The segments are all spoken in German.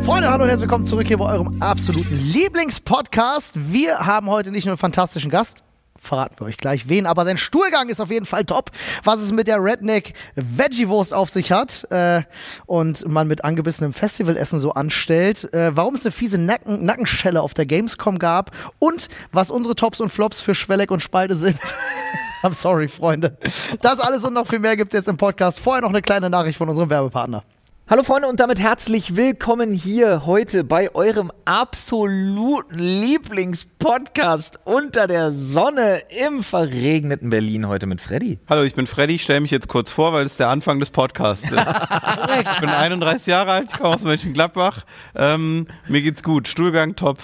herzlich willkommen zurück hier bei eurem absoluten Lieblingspodcast. Wir haben heute nicht nur einen fantastischen Gast, verraten wir euch gleich wen, aber sein Stuhlgang ist auf jeden Fall top, was es mit der Redneck Veggie-Wurst auf sich hat äh, und man mit angebissenem Festivalessen so anstellt, äh, warum es eine fiese Nacken Nackenschelle auf der Gamescom gab und was unsere Tops und Flops für Schwelleck und Speide sind. I'm sorry, Freunde. Das alles und noch viel mehr gibt es jetzt im Podcast. Vorher noch eine kleine Nachricht von unserem Werbepartner. Hallo Freunde und damit herzlich willkommen hier heute bei eurem absoluten Lieblingspodcast unter der Sonne im verregneten Berlin heute mit Freddy. Hallo, ich bin Freddy. Ich stelle mich jetzt kurz vor, weil es der Anfang des Podcasts ist. ich bin 31 Jahre alt, ich komme aus Mönchengladbach. Ähm, mir geht's gut. Stuhlgang top.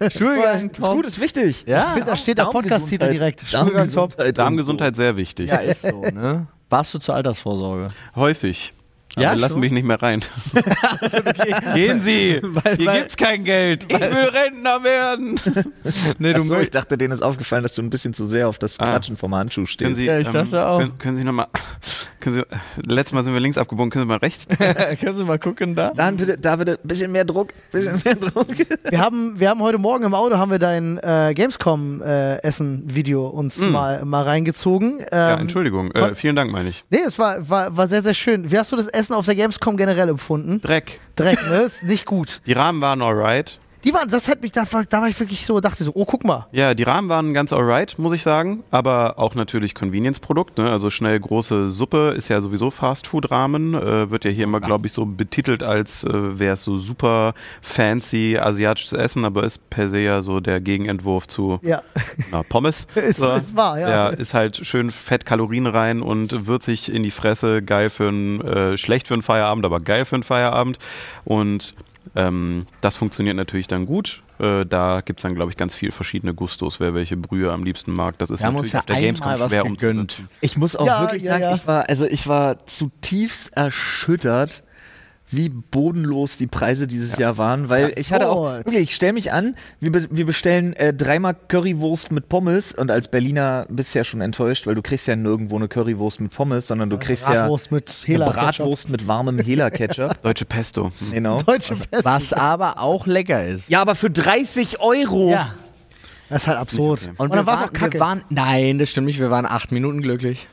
Entschuldigung, ist gut, ist wichtig. Ich finde, da steht der Podcast-Titel direkt. Stuhlgang top. Darmgesundheit sehr wichtig. Ja, ist so, ne? Warst du zur Altersvorsorge? Häufig. Aber Ja, ja, lassen schon. Also, mich nicht mehr rein. Gehen Sie! Hier weil- gibt's kein Geld. Ich will Rentner werden. Nee, du Achso, möcht- ich dachte, denen ist aufgefallen, dass du ein bisschen zu sehr auf das Ah. Klatschen vom Handschuh Können stehst. Sie, ähm, Ja, ich dachte auch. Können, können Sie nochmal. Letztes Mal sind wir links abgebogen, können Sie mal rechts? Ähm, Können Sie mal gucken da? Dann bitte, da bitte ein bisschen mehr Druck, bisschen mehr Druck. Wir haben, wir haben heute Morgen im Auto haben wir dein äh, Gamescom-Essen-Video uns mal, mal reingezogen. Ähm, Ja, Entschuldigung. Äh, vielen Dank, meine ich. Nee, es war, war, war sehr, sehr schön. Wie hast du das Essen auf der Gamescom generell empfunden? Dreck. Dreck, ne? Ist nicht gut. Die Rahmen waren alright. Die waren, das hat mich, da, war- da war ich wirklich so, dachte so, oh, guck mal. Ja, die Rahmen waren ganz alright, muss ich sagen. Aber auch natürlich Convenience-Produkt. Ne? Also schnell große Suppe ist ja sowieso Fast-Food-Rahmen. Äh, wird ja hier immer, glaube ich, so betitelt, als äh, wäre es so super fancy asiatisches Essen, aber ist per se ja so der Gegenentwurf zu Ja. na, Pommes. Ist- so. ist wahr, ja. Ist halt schön fett Kalorien rein und würzig in die Fresse. Geil für ein, äh, schlecht für einen Feierabend, aber geil für einen Feierabend. Und ähm, das funktioniert natürlich dann gut. Äh, da gibt es dann, glaube ich, ganz viel verschiedene Gustos, wer welche Brühe am liebsten mag. Das ist Wir haben natürlich uns ja auf der Gamescom einmal was schwer gegönnt. umzusetzen. Ich muss auch Ja, wirklich ja, sagen, ja. ich war, also ich war zutiefst erschüttert, wie bodenlos die Preise dieses Jahr waren, weil ich hatte auch, Sofort. wirklich, ich stelle mich an, wir, be- wir bestellen äh, dreimal Currywurst mit Pommes und als Berliner bist du ja schon enttäuscht, weil du kriegst ja nirgendwo eine Currywurst mit Pommes, sondern du kriegst ja Bratwurst mit eine Hela. Bratwurst mit warmem Hela-Ketchup. Deutsche Pesto. Hm. genau. Deutsche Fest. Was aber auch lecker ist. Ja, aber für 30 Euro. Das ist halt absurd. okay. Und, dann war es auch kacke. Wir waren, nein, das stimmt nicht. Wir waren acht Minuten glücklich.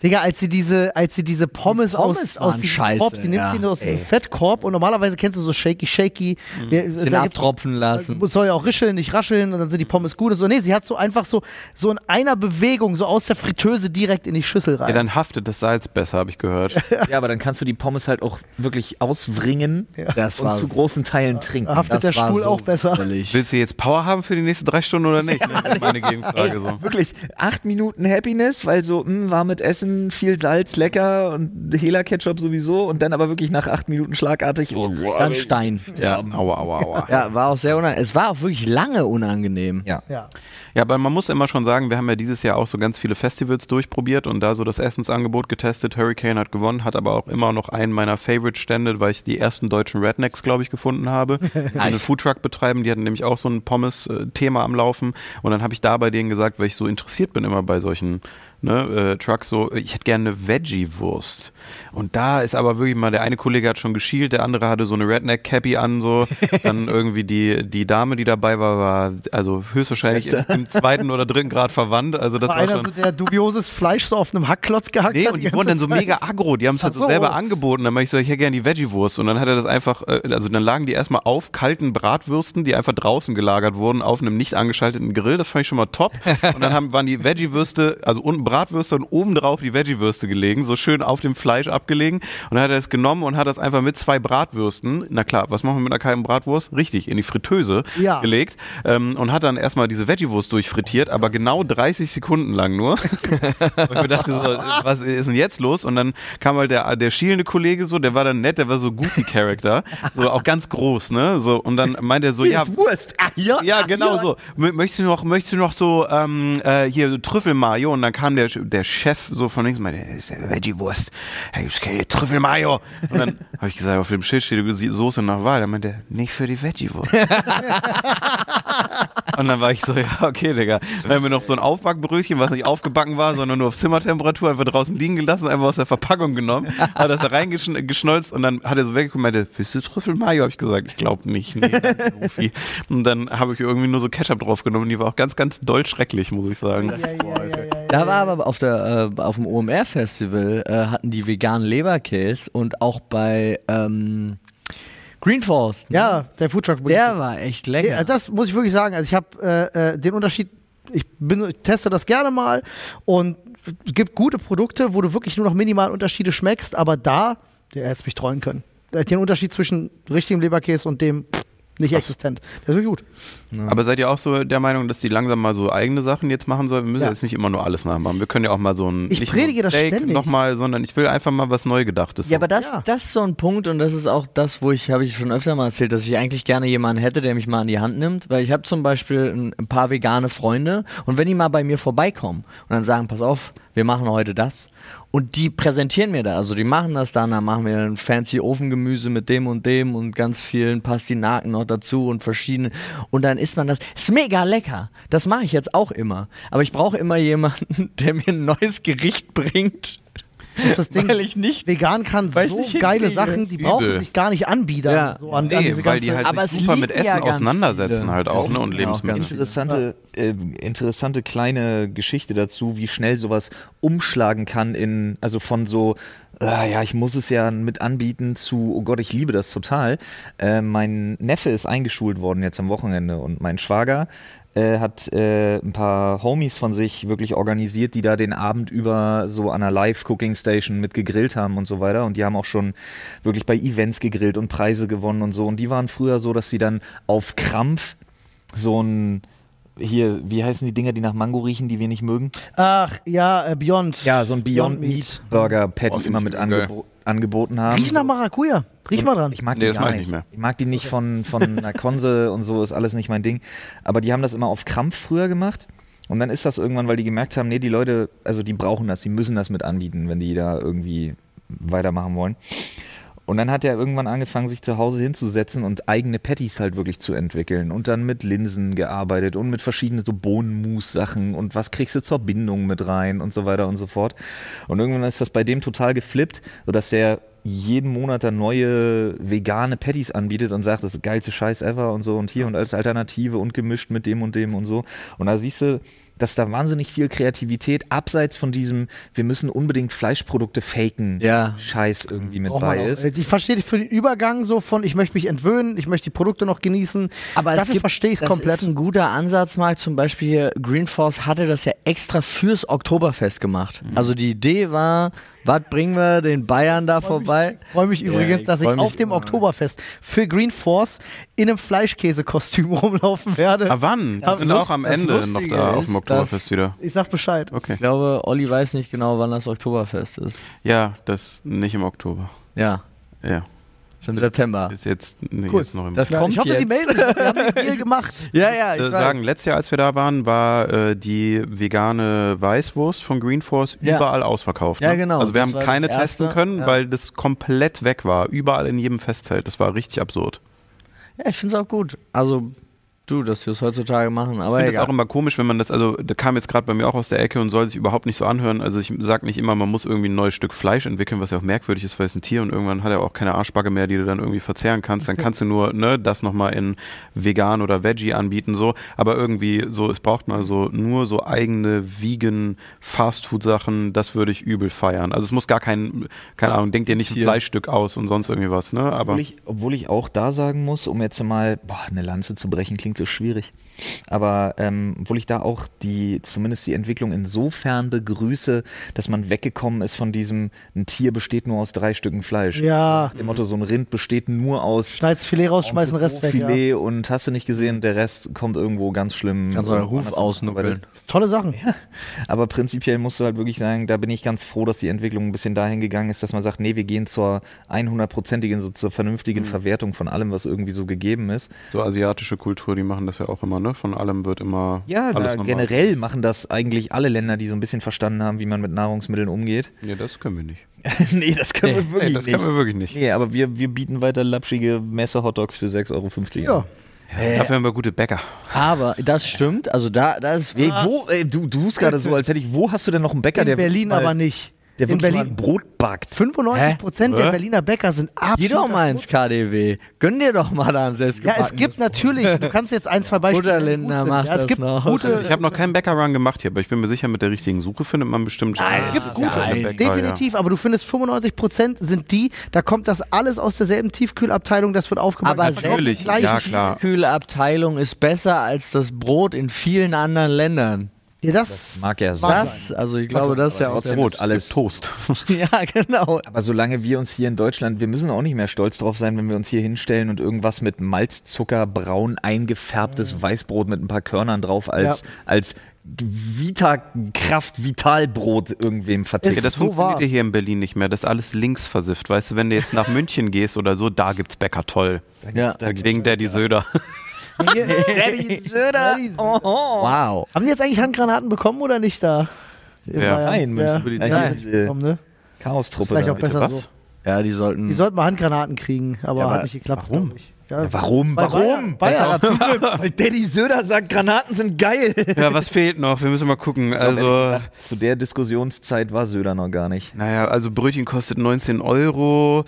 Digga, als sie diese, als sie diese Pommes, Pommes aus, waren aus diesem scheiße, Korb, sie nimmt ja, sie nur aus ey. dem Fettkorb und normalerweise kennst du so shaky shaky. Wir- Den da gibt's- äh, abtropfen lassen. muss soll ja auch rischeln, nicht rascheln und dann sind die Pommes gut und so. Nee, sie hat so einfach so, so in einer Bewegung, so aus der Fritteuse direkt in die Schüssel rein. Ja, dann haftet das Salz besser, habe ich gehört. Ja, aber dann kannst du die Pommes halt auch wirklich auswringen Das und war zu großen Teilen trinken. Haftet der das war Stuhl so auch besser. widerlich. Willst du jetzt Power haben für die nächsten drei Stunden oder nicht? Das ist meine Gegenfrage so. Wirklich, acht Minuten Happiness, weil so, mh, war mit Essen, viel Salz, lecker und Hela-Ketchup sowieso und dann aber wirklich nach acht Minuten schlagartig. Oh, wow. Dann Stein. Ja, aua, aua, aua. Ja, war auch sehr unangenehm. Es war auch wirklich lange unangenehm. Ja. ja. Ja, aber man muss immer schon sagen, wir haben ja dieses Jahr auch so ganz viele Festivals durchprobiert und da so das Essensangebot getestet. Hurricane hat gewonnen, hat aber auch immer noch einen meiner Favorite-Stände, weil ich die ersten deutschen Rednecks, glaube ich, gefunden habe, die einen Foodtruck betreiben. Die hatten nämlich auch so ein Pommes-Thema am Laufen und dann habe ich da bei denen gesagt, weil ich so interessiert bin immer bei solchen ne, äh, Trucks, so, ich hätte gerne eine Veggie-Wurst. Und da ist aber wirklich mal, der eine Kollege hat schon geschielt, der andere hatte so eine Redneck-Cappy an, so. Dann irgendwie die, die Dame, die dabei war, war also höchstwahrscheinlich im, im zweiten oder dritten Grad verwandt. Also das War war einer so, schon. der dubioses Fleisch so auf einem Hackklotz gehackt Nee, hat. und die die wurden dann ganze so Zeit. mega aggro, die haben es halt Ach so, so. selber angeboten. Dann meinte ich so, ich hätte gerne die Veggie-Wurst. Und dann hat er das einfach, äh, also dann lagen die erstmal auf kalten Bratwürsten, die einfach draußen gelagert wurden, auf einem nicht angeschalteten Grill. Das fand ich schon mal top. Und dann haben, waren die Veggie-Würste, also unten Bratwürste und oben drauf die Veggie-Würste gelegen, so schön auf dem Fleisch abgelegen. Und dann hat er das genommen und hat das einfach mit zwei Bratwürsten, na klar, was machen wir mit einer kalten Bratwurst? Richtig, in die Fritteuse Ja. gelegt ähm, und hat dann erstmal diese Veggie-Wurst durchfrittiert, aber genau 30 Sekunden lang nur. Und wir dachten so, was ist denn jetzt los? Und dann kam halt der, der schielende Kollege so, der war dann nett, der war so goofy Character, so auch ganz groß, ne? So, und dann meinte er so, ja, Wurst. Ah, ja, ja, ah, genau ja. so. Mö- Möchtest du noch, möchtest du noch so ähm, äh, hier Trüffelmayo? Und dann kam der, der Chef so von links und meinte, das ist ja Veggie-Wurst. Da gibt's keine Trüffelmayo. Und dann habe ich gesagt, auf dem Schild steht die Soße nach Wahl. Dann meinte er, nicht für die Veggie-Wurst. Und dann war ich so, ja, okay, Digga. Dann haben wir noch so ein Aufbackbrötchen, was nicht aufgebacken war, sondern nur auf Zimmertemperatur, einfach draußen liegen gelassen, einfach aus der Verpackung genommen, hat das da reingeschnolzt und dann hat er so weggekommen und meinte, willst du Trüffelmayo? Habe ich gesagt, ich glaube nicht. Nee, danke, Rufi. und dann habe ich irgendwie nur so Ketchup drauf genommen, die war auch ganz, ganz doll schrecklich, muss ich sagen. Da war aber auf, der, äh, auf dem OMR-Festival äh, hatten die veganen Leberkäse und auch bei ähm, Green Forest. ne? Ja, der Foodtruck. Der war echt lecker. Ja, das muss ich wirklich sagen. Also ich habe äh, äh, den Unterschied, ich, bin, ich teste das gerne mal und es gibt gute Produkte, wo du wirklich nur noch minimal Unterschiede schmeckst, aber da, der hätte mich treuen können. Der- Den Unterschied zwischen richtigem Leberkäse und dem pff, nicht existent. Der ist wirklich gut. Aber seid ihr auch so der Meinung, dass die langsam mal so eigene Sachen jetzt machen sollen? Wir müssen Ja. jetzt nicht immer nur alles nachmachen. Wir können ja auch mal so ein Ich nicht predige nur ein das Steak ständig. nochmal, sondern ich will einfach mal was neu gedachtes. Ja, aber das, Ja. das ist so ein Punkt und das ist auch das, wo ich, habe ich schon öfter mal erzählt, dass ich eigentlich gerne jemanden hätte, der mich mal an die Hand nimmt, weil ich habe zum Beispiel ein, ein paar vegane Freunde und wenn die mal bei mir vorbeikommen und dann sagen, pass auf, wir machen heute das und die präsentieren mir da, also die machen das dann, dann machen wir ein fancy Ofengemüse mit dem und dem und ganz vielen Pastinaken noch dazu und verschiedene und dann isst man das, ist mega lecker, das mache ich jetzt auch immer, aber ich brauche immer jemanden, der mir ein neues Gericht bringt. Das ist das Ding. Weil ich nicht Vegan kann Weil ich so nicht geile hinkriege. Sachen, die brauchen sich gar nicht anbieten. Ja. So an, an Nee, diese weil ganze, die halt Aber sich es super mit liegen ja Essen ganz auseinandersetzen viele. halt auch, Es ne? Und liegen ja auch Lebensmittel. ganz Interessante, äh, interessante kleine Geschichte dazu, wie schnell sowas umschlagen kann in, also von so, ah, ja, ich muss es ja mit anbieten zu, oh Gott, ich liebe das total. Äh, mein Neffe ist eingeschult worden jetzt am Wochenende und mein Schwager äh, hat äh, ein paar Homies von sich wirklich organisiert, die da den Abend über so an einer Live-Cooking-Station mit gegrillt haben und so weiter. Und die haben auch schon wirklich bei Events gegrillt und Preise gewonnen und so. Und die waren früher so, dass sie dann auf Krampf so ein hier, wie heißen die Dinger, die nach Mango riechen, die wir nicht mögen? Ach, ja, äh, Beyond. Ja, so ein Beyond, Meat Burger Patty Oh, find immer ich mit geil. angebo angeboten haben. Riech nach Maracuja. Riech mal dran. Ich mag Nee, die das gar mag ich nicht. nicht mehr. Ich mag die nicht von, von einer Konse und so, ist alles nicht mein Ding. Aber die haben das immer auf Krampf früher gemacht. Und dann ist das irgendwann, weil die gemerkt haben, nee, die Leute, also die brauchen das, die müssen das mit anbieten, wenn die da irgendwie weitermachen wollen. Und dann hat er irgendwann angefangen, sich zu Hause hinzusetzen und eigene Patties halt wirklich zu entwickeln. Und dann mit Linsen gearbeitet und mit verschiedenen so Bohnenmus-Sachen und was kriegst du zur Bindung mit rein und so weiter und so fort. Und irgendwann ist das bei dem total geflippt, sodass der jeden Monat dann neue vegane Patties anbietet und sagt, das ist der geilste Scheiß ever und so und hier und als Alternative und gemischt mit dem und dem und so. Und da siehst du, dass da wahnsinnig viel Kreativität abseits von diesem, wir müssen unbedingt Fleischprodukte faken, Ja. Scheiß irgendwie mit Braucht man bei auch. Also ist. Ich verstehe dich für den Übergang so von, ich möchte mich entwöhnen, ich möchte die Produkte noch genießen. Aber es Dafür gibt, verstehe ich es das komplett. ist ein guter Ansatz, Marc. Zum Beispiel hier Green Force hatte das ja extra fürs Oktoberfest gemacht. Mhm. Also die Idee war, was bringen wir den Bayern da vorbei? Ich freue mich übrigens, ich dass ich freu mich auf dem immer. Oktoberfest für Green Force in einem Fleischkäsekostüm rumlaufen werde. Aber Ah, wann? Das Wir sind Lust- auch am das Ende noch Lustige da auf dem ist, Oktoberfest dass- wieder. Ich sag Bescheid. Okay. Ich glaube, Olli weiß nicht genau, wann das Oktoberfest ist. Ja, das nicht im Oktober. Ja, Ja. ist im September. Ist jetzt, nee, Cool. jetzt noch im Das Ja, kommt ich hoffe, jetzt. Sie melden sich. Wir haben den Deal gemacht. ja, ja, ich äh, weiß. sagen, letztes Jahr, als wir da waren, war äh, die vegane Weißwurst von Green Force Ja. überall ausverkauft. Ja, ne? genau. Also wir Das haben war keine das testen erste, können, ja. weil das komplett weg war. Überall in jedem Festzelt. Das war richtig absurd. Ja, ich finde es auch gut. Also, du, dass wir es heutzutage machen. Aber Ich finde das egal. auch immer komisch, wenn man das, also da kam jetzt gerade bei mir auch aus der Ecke und soll sich überhaupt nicht so anhören. Also ich sage nicht immer, man muss irgendwie ein neues Stück Fleisch entwickeln, was ja auch merkwürdig ist, weil es ein Tier und irgendwann hat er auch keine Arschbacke mehr, die du dann irgendwie verzehren kannst. Mhm. Dann kannst du nur ne, das nochmal in vegan oder Veggie anbieten, so. Aber irgendwie so, es braucht mal so nur so eigene vegan Fastfood-Sachen, das würde ich übel feiern. Also es muss gar kein, keine Ahnung, denkt ihr nicht ein Tier. Fleischstück aus und sonst irgendwie was, ne? Aber Obwohl ich, obwohl ich auch da sagen muss, um jetzt mal boah, eine Lanze zu brechen, klingt so schwierig. Aber ähm, obwohl ich da auch die, zumindest die Entwicklung insofern begrüße, dass man weggekommen ist von diesem, ein Tier besteht nur aus drei Stücken Fleisch. Ja, Nach Dem Motto, so ein Rind besteht nur aus schneid's Filet raus, schmeiß den Rest weg. Ja. Filet und hast du nicht gesehen, der Rest kommt irgendwo ganz schlimm. Kannst du deinen irgendwo Ruf anders ausnuckeln. Tolle Sachen. aber prinzipiell musst du halt wirklich sagen, da bin ich ganz froh, dass die Entwicklung ein bisschen dahin gegangen ist, dass man sagt, nee, wir gehen zur 100-prozentigen, so zur vernünftigen Verwertung von allem, was irgendwie so gegeben ist. so asiatische Kultur, die machen das ja auch immer, ne? Von allem wird immer Ja, alles da normal. generell machen das eigentlich alle Länder, die so ein bisschen verstanden haben, wie man mit Nahrungsmitteln umgeht. Nee, das können wir nicht. nee, das können wir wirklich Nee, das nicht. können wir wirklich nicht. Nee, aber wir, wir bieten weiter lapschige Messer-Hotdogs für 6,50 Euro. Ja. Dafür haben wir gute Bäcker. Aber das stimmt, also da, da ist Ah, Ey, wo, ey, du du gerade so, als hätte ich, wo hast du denn noch einen Bäcker, der In Berlin mal, aber nicht. der In wirklich mal ein Berlin. Brot backt? 95 Prozent Hä? der Berliner Bäcker sind Geh absolut. doch mal ins KDW. Gönn dir doch mal da ein Ja, selbstgebackenes es gibt natürlich, du kannst jetzt ein, zwei Beispiele. Bruder nennen, die Lindner gut sind. macht ja, es das gibt noch. gute, Ich habe noch keinen Bäcker-Run gemacht hier, aber ich bin mir sicher, mit der richtigen Suche findet man bestimmt. es gibt gute, Nein. Bäcker, definitiv, aber du findest 95 Prozent sind die, da kommt das alles aus derselben Tiefkühlabteilung, das wird aufgemacht. Aber Das verkauft Natürlich, die gleichen ja, Schie- Ah, klar. Tiefkühlabteilung ist besser als das Brot in vielen anderen Ländern. Ja, das, mag ja sein. Das, also ich glaube, das ist ja auch Ja. Brot, alles Toast. Ja, genau. Aber solange wir uns hier in Deutschland, wir müssen auch nicht mehr stolz drauf sein, wenn wir uns hier hinstellen und irgendwas mit Malzzucker braun eingefärbtes Weißbrot mit ein paar Körnern drauf als, Mhm. Ja. als Vita-Kraft-Vitalbrot irgendwem Ja, verticken. Ist- das so funktioniert wahr. ja hier in Berlin nicht mehr. Das ist alles links versifft. Weißt du, wenn du jetzt nach München gehst oder so, da gibt's Bäcker toll. Ja. Wegen Daddy Söder. Daddy Söder! Wow. Haben die jetzt eigentlich Handgranaten bekommen oder nicht da? Ja. Nein, ja. München. Ja, Nein. die sind gekommen, ne? Chaos-Truppe. Vielleicht da. auch besser was? so. Ja, die sollten. Die sollten mal Handgranaten kriegen, aber, aber hat nicht geklappt. Warum? Ich. Ja, Warum? Weil Warum? Bayer, Bayer, Weil Daddy Söder sagt, Granaten sind geil. Ja, was fehlt noch? Wir müssen mal gucken. Also, Zu der Diskussionszeit war Söder noch gar nicht. naja, also Brötchen kostet 19 Euro.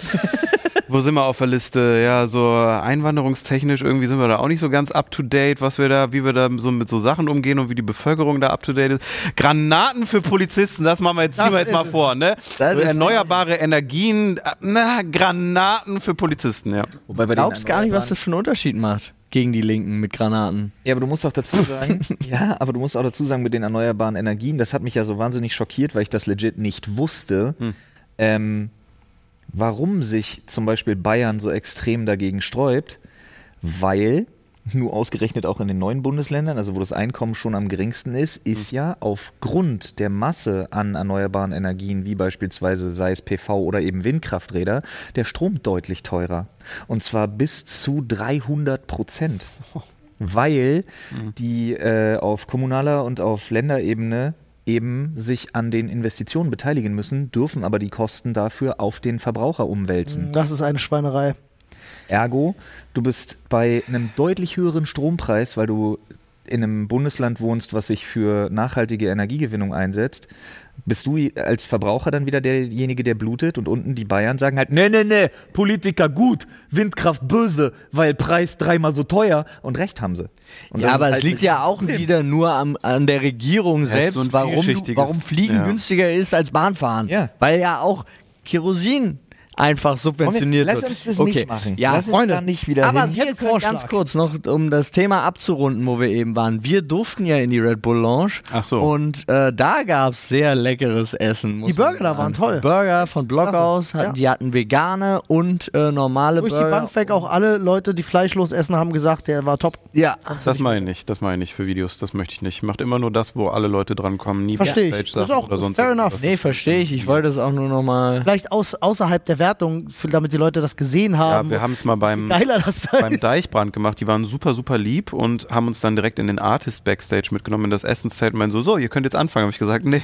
Wo sind wir auf der Liste? Ja, so einwanderungstechnisch irgendwie sind wir da auch nicht so ganz up to date, was wir da, wie wir da so mit so Sachen umgehen und wie die Bevölkerung da up to date ist. Granaten für Polizisten, das machen wir jetzt, ziehen Das wir jetzt ist mal es. vor, ne? Das ist- Erneuerbare Energien, äh, na, Granaten für Polizisten, ja. Wobei bei Du glaubst gar nicht, was das für einen Unterschied macht gegen die Linken mit Granaten. Ja, aber du musst auch dazu sagen, ja, aber du musst auch dazu sagen, mit den erneuerbaren Energien, das hat mich ja so wahnsinnig schockiert, weil ich das legit nicht wusste, ähm, warum sich zum Beispiel Bayern so extrem dagegen sträubt, weil nur ausgerechnet auch in den neuen Bundesländern, also wo das Einkommen schon am geringsten ist, ist ja aufgrund der Masse an erneuerbaren Energien, wie beispielsweise sei es PV oder eben Windkrafträder, der Strom deutlich teurer. Und zwar bis zu 300 Prozent weil die äh, auf kommunaler und auf Länderebene eben sich an den Investitionen beteiligen müssen, dürfen aber die Kosten dafür auf den Verbraucher umwälzen. das ist eine Schweinerei. Ergo, du bist bei einem deutlich höheren Strompreis, weil du in einem Bundesland wohnst, was sich für nachhaltige Energiegewinnung einsetzt, bist du als Verbraucher dann wieder derjenige, der blutet und unten die Bayern sagen halt, nee, nee, nee, Politiker gut, Windkraft böse, weil Preis dreimal so teuer und recht haben sie. Und das Ja, ist aber es halt liegt ja auch wieder nur am, an der Regierung ist selbst, so ein warum, du, vielschichtiges- warum Fliegen ja. günstiger ist als Bahnfahren. Ja. Weil ja auch Kerosin einfach subventioniert Lass wird. uns das okay. nicht machen. Ja, Lass uns Freunde, da nicht wieder aber hin. Ich hätte wir können Vorschlag. ganz kurz noch, um das Thema abzurunden, wo wir eben waren. Wir durften ja in die Red Bull Lounge. Ach so. Und äh, da gab es sehr leckeres Essen. muss Die Burger man da sagen. waren toll. Die Burger von Blockhaus, Klasse, hat, die hatten vegane und äh, normale Durch die Burger. Bank weg auch alle Leute, die fleischlos essen, haben gesagt, der war top. Ja. Das meine ich nicht, das meine ich nicht für Videos, das möchte ich nicht. Macht immer nur das, wo alle Leute dran kommen, nie Versteh ich. Das Backstage-Sachen ist auch oder sonst fair enough. irgendwas. Nee, verstehe ich. Ich wollte es auch nur nochmal. Vielleicht aus, außerhalb der Wertung, für, damit die Leute das gesehen haben. Ja, wir haben es mal beim, Geiler das da beim ist. Deichbrand gemacht. Die waren super, super lieb und haben uns dann direkt in den Artist Backstage mitgenommen, in das Essenszelt. Meinen so, so, ihr könnt jetzt anfangen. Habe ich gesagt, nee.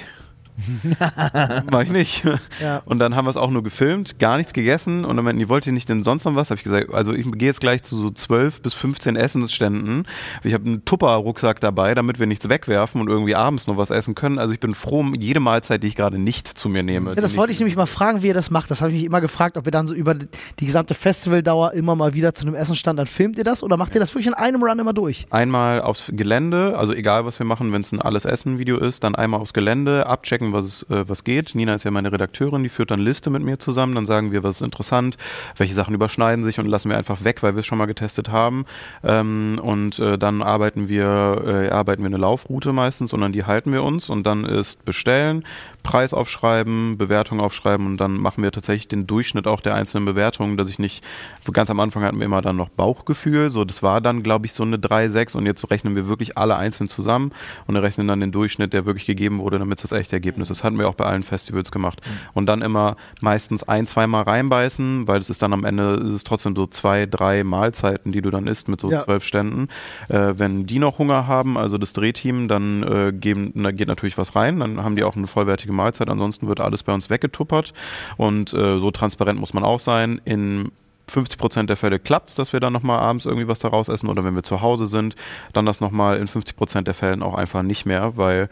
Mach ich nicht. Ja. Und dann haben wir es auch nur gefilmt, gar nichts gegessen und dann meinten, die wollt ihr nicht denn sonst noch was? Habe ich gesagt, also ich gehe jetzt gleich zu so 12 bis 15 Essensständen. Ich habe einen Tupper-Rucksack dabei, damit wir nichts wegwerfen und irgendwie abends noch was essen können. Also ich bin froh um jede Mahlzeit, die ich gerade nicht zu mir nehme. Ja, das wollte ich nämlich mal fragen, wie ihr das macht. Das habe ich mich immer gefragt, ob ihr dann so über die gesamte Festivaldauer immer mal wieder zu einem Essen stand. Dann filmt ihr das oder macht ihr das wirklich in einem Run immer durch? Einmal aufs Gelände, also egal was wir machen, wenn es ein alles essen Video ist, dann einmal aufs Gelände, abchecken, was es, äh, was geht. Nina ist ja meine Redakteurin, die führt dann Liste mit mir zusammen, dann sagen wir, was ist interessant, welche Sachen überschneiden sich und lassen wir einfach weg, weil wir es schon mal getestet haben. Ähm, und äh, dann arbeiten wir, äh, arbeiten wir eine Laufroute meistens und an die halten wir uns und dann ist bestellen, Preis aufschreiben, Bewertung aufschreiben und dann machen wir tatsächlich den Durchschnitt auch der einzelnen Bewertungen, dass ich nicht, ganz am Anfang hatten wir immer dann noch Bauchgefühl, so das war dann glaube ich so eine 3, 6 und jetzt rechnen wir wirklich alle einzeln zusammen und dann rechnen dann den Durchschnitt, der wirklich gegeben wurde, damit es das echte Ergebnis ist. Hatten wir auch bei allen Festivals gemacht und dann immer meistens ein, zweimal reinbeißen, weil es ist dann am Ende, ist es trotzdem so zwei, drei Mahlzeiten, die du dann isst mit so Ja. zwölf Ständen. Äh, wenn die noch Hunger haben, also das Drehteam, dann äh, geben, na, geht natürlich was rein, dann haben die auch eine vollwertige Mahlzeit, ansonsten wird alles bei uns weggetuppert und äh, so transparent muss man auch sein. In 50 Prozent der Fälle klappt es, dass wir dann nochmal abends irgendwie was daraus essen oder wenn wir zu Hause sind, dann das nochmal in 50 Prozent der Fällen auch einfach nicht mehr, weil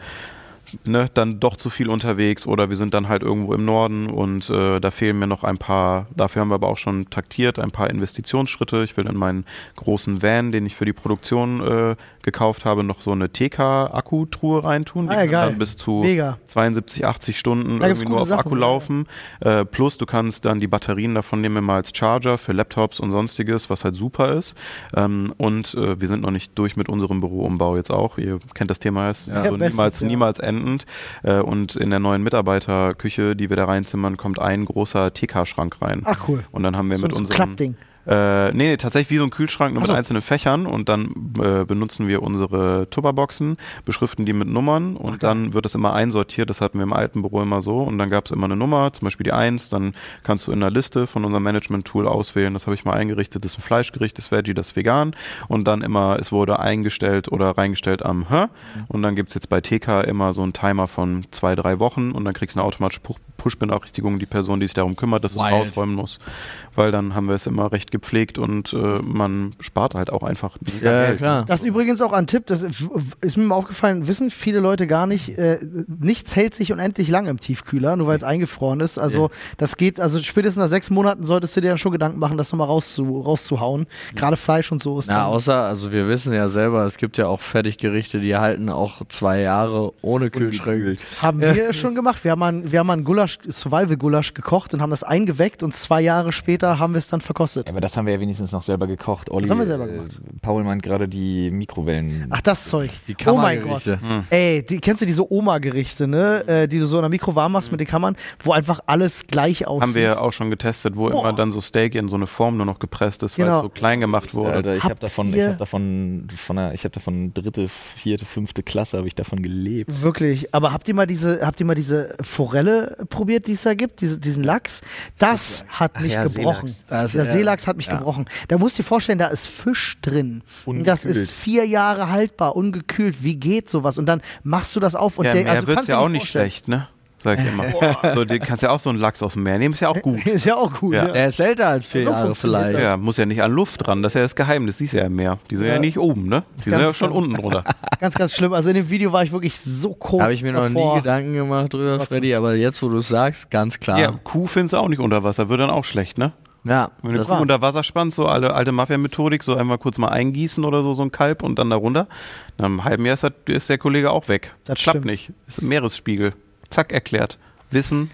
ne, dann doch zu viel unterwegs oder wir sind dann halt irgendwo im Norden und äh, da fehlen mir noch ein paar, dafür haben wir aber auch schon taktiert, ein paar Investitionsschritte. Ich will in meinen großen Van, den ich für die Produktion äh, gekauft habe, noch so eine TK-Akkutruhe reintun. Die Ah, ja, kann geil. dann bis zu Mega. 72, 80 Stunden Da gibt's irgendwie nur gute auf Sachen, ja, Akku ja. laufen. Äh, plus du kannst dann die Batterien davon nehmen wir mal als Charger für Laptops und sonstiges, was halt super ist. Ähm, und äh, wir sind noch nicht durch mit unserem Büroumbau jetzt auch. Ihr kennt das Thema jetzt Ja, also bestens, niemals, ja. niemals endend. Äh, und in der neuen Mitarbeiterküche, die wir da reinzimmern, kommt ein großer TK-Schrank rein. Ach, cool. Und dann haben wir So mit ein unserem Klappding. äh, nee, nee, tatsächlich wie so ein Kühlschrank, nur Ach so. mit einzelnen Fächern und dann äh, benutzen wir unsere Tupperboxen, beschriften die mit Nummern und dann wird das immer einsortiert. Das hatten wir im alten Büro immer so und dann gab es immer eine Nummer, zum Beispiel die 1, dann kannst du in der Liste von unserem Management-Tool auswählen, das habe ich mal eingerichtet, das ist ein Fleischgericht, das ist Veggie, das ist vegan und dann immer, es wurde eingestellt oder reingestellt am Hä? Mhm. Und dann gibt es jetzt bei TK immer so einen Timer von zwei, drei Wochen und dann kriegst du eine automatische Puch- Push-Benachrichtigung, die Person, die sich darum kümmert, dass du es Wild. rausräumst räumen muss. Weil dann haben wir es immer recht gepflegt und äh, man spart halt auch einfach. mega Ja, Geld. klar. Das ist übrigens auch ein Tipp, das ist mir mal aufgefallen, wissen viele Leute gar nicht, äh, nichts hält sich unendlich lang im Tiefkühler, nur weil es eingefroren ist. Also das geht, also spätestens nach sechs Monaten solltest du dir dann schon Gedanken machen, das nochmal rauszu, rauszuhauen. Gerade Fleisch und so ist Na, dann- außer, also wir wissen ja selber, es gibt ja auch Fertiggerichte, die halten auch zwei Jahre ohne Kühlschrank. Haben wir schon gemacht. Wir haben mal ein, wir haben mal einen Gulasch, Survival-Gulasch gekocht und haben das eingeweckt und zwei Jahre später haben wir es dann verkostet. Ja, aber das haben wir ja wenigstens noch selber gekocht. Olli, Das haben wir selber äh, gemacht. Paul meint gerade die Mikrowellen. Ach, das Zeug. Die oh mein Gott. Kammergerichte. Hm. Ey, die, kennst du diese Oma-Gerichte, ne? Äh, die du so in der Mikro warm machst mit den Kammern, wo einfach alles gleich aussieht. Hm. Haben wir ja auch schon getestet, wo immer dann so Steak in so eine Form nur noch gepresst ist, weil Genau. es so klein gemacht wurde. Alter, ich Habt habe davon, ich ihr- hab davon, von der, ich habe davon dritte, vierte, fünfte Klasse habe ich davon gelebt. Wirklich, aber habt ihr mal diese, habt ihr mal diese Forelle probiert, die es da gibt, diese, diesen Lachs? Das hat mich ja, gebrochen. Seelachs. Der Seelachs hat mich gebrochen. Da musst du dir vorstellen, da ist Fisch drin. Und das Ungekühlt. ist vier Jahre haltbar, ungekühlt. Wie geht sowas? Und dann machst du das auf und ja, denk- mehr also wird es kannst du ja auch nicht vorstellen. schlecht, ne? Sag ich immer. so, du kannst ja auch so einen Lachs aus dem Meer nehmen, ist ja auch gut. ist ja auch gut. Ja. Ja. Der ist älter als vier So Jahre funktioniert vielleicht. Ja, muss ja nicht an Luft dran, das ist ja das Geheimnis, siehst du ja im Meer. Die sind ja, nicht oben, ne? Die sind Ganz, genau. ja schon ganz- unten drunter. Ganz, ganz schlimm. Also in dem Video war ich wirklich so kurz. Habe ich mir noch davor. nie Gedanken gemacht drüber, Freddy, aber jetzt, wo du es sagst, ganz klar. Ja, Kuh findest du auch nicht unter Wasser, wird dann auch schlecht, ne? Ja, Wenn du das- Kuh unter Wasser spannst, so alle alte Mafia-Methodik, so einmal kurz mal eingießen oder so, so ein Kalb und dann darunter. Nach einem halben Jahr ist, das, ist der Kollege auch weg. Das Klappt stimmt. nicht. Ist im Meeresspiegel. Zack, erklärt. Wissen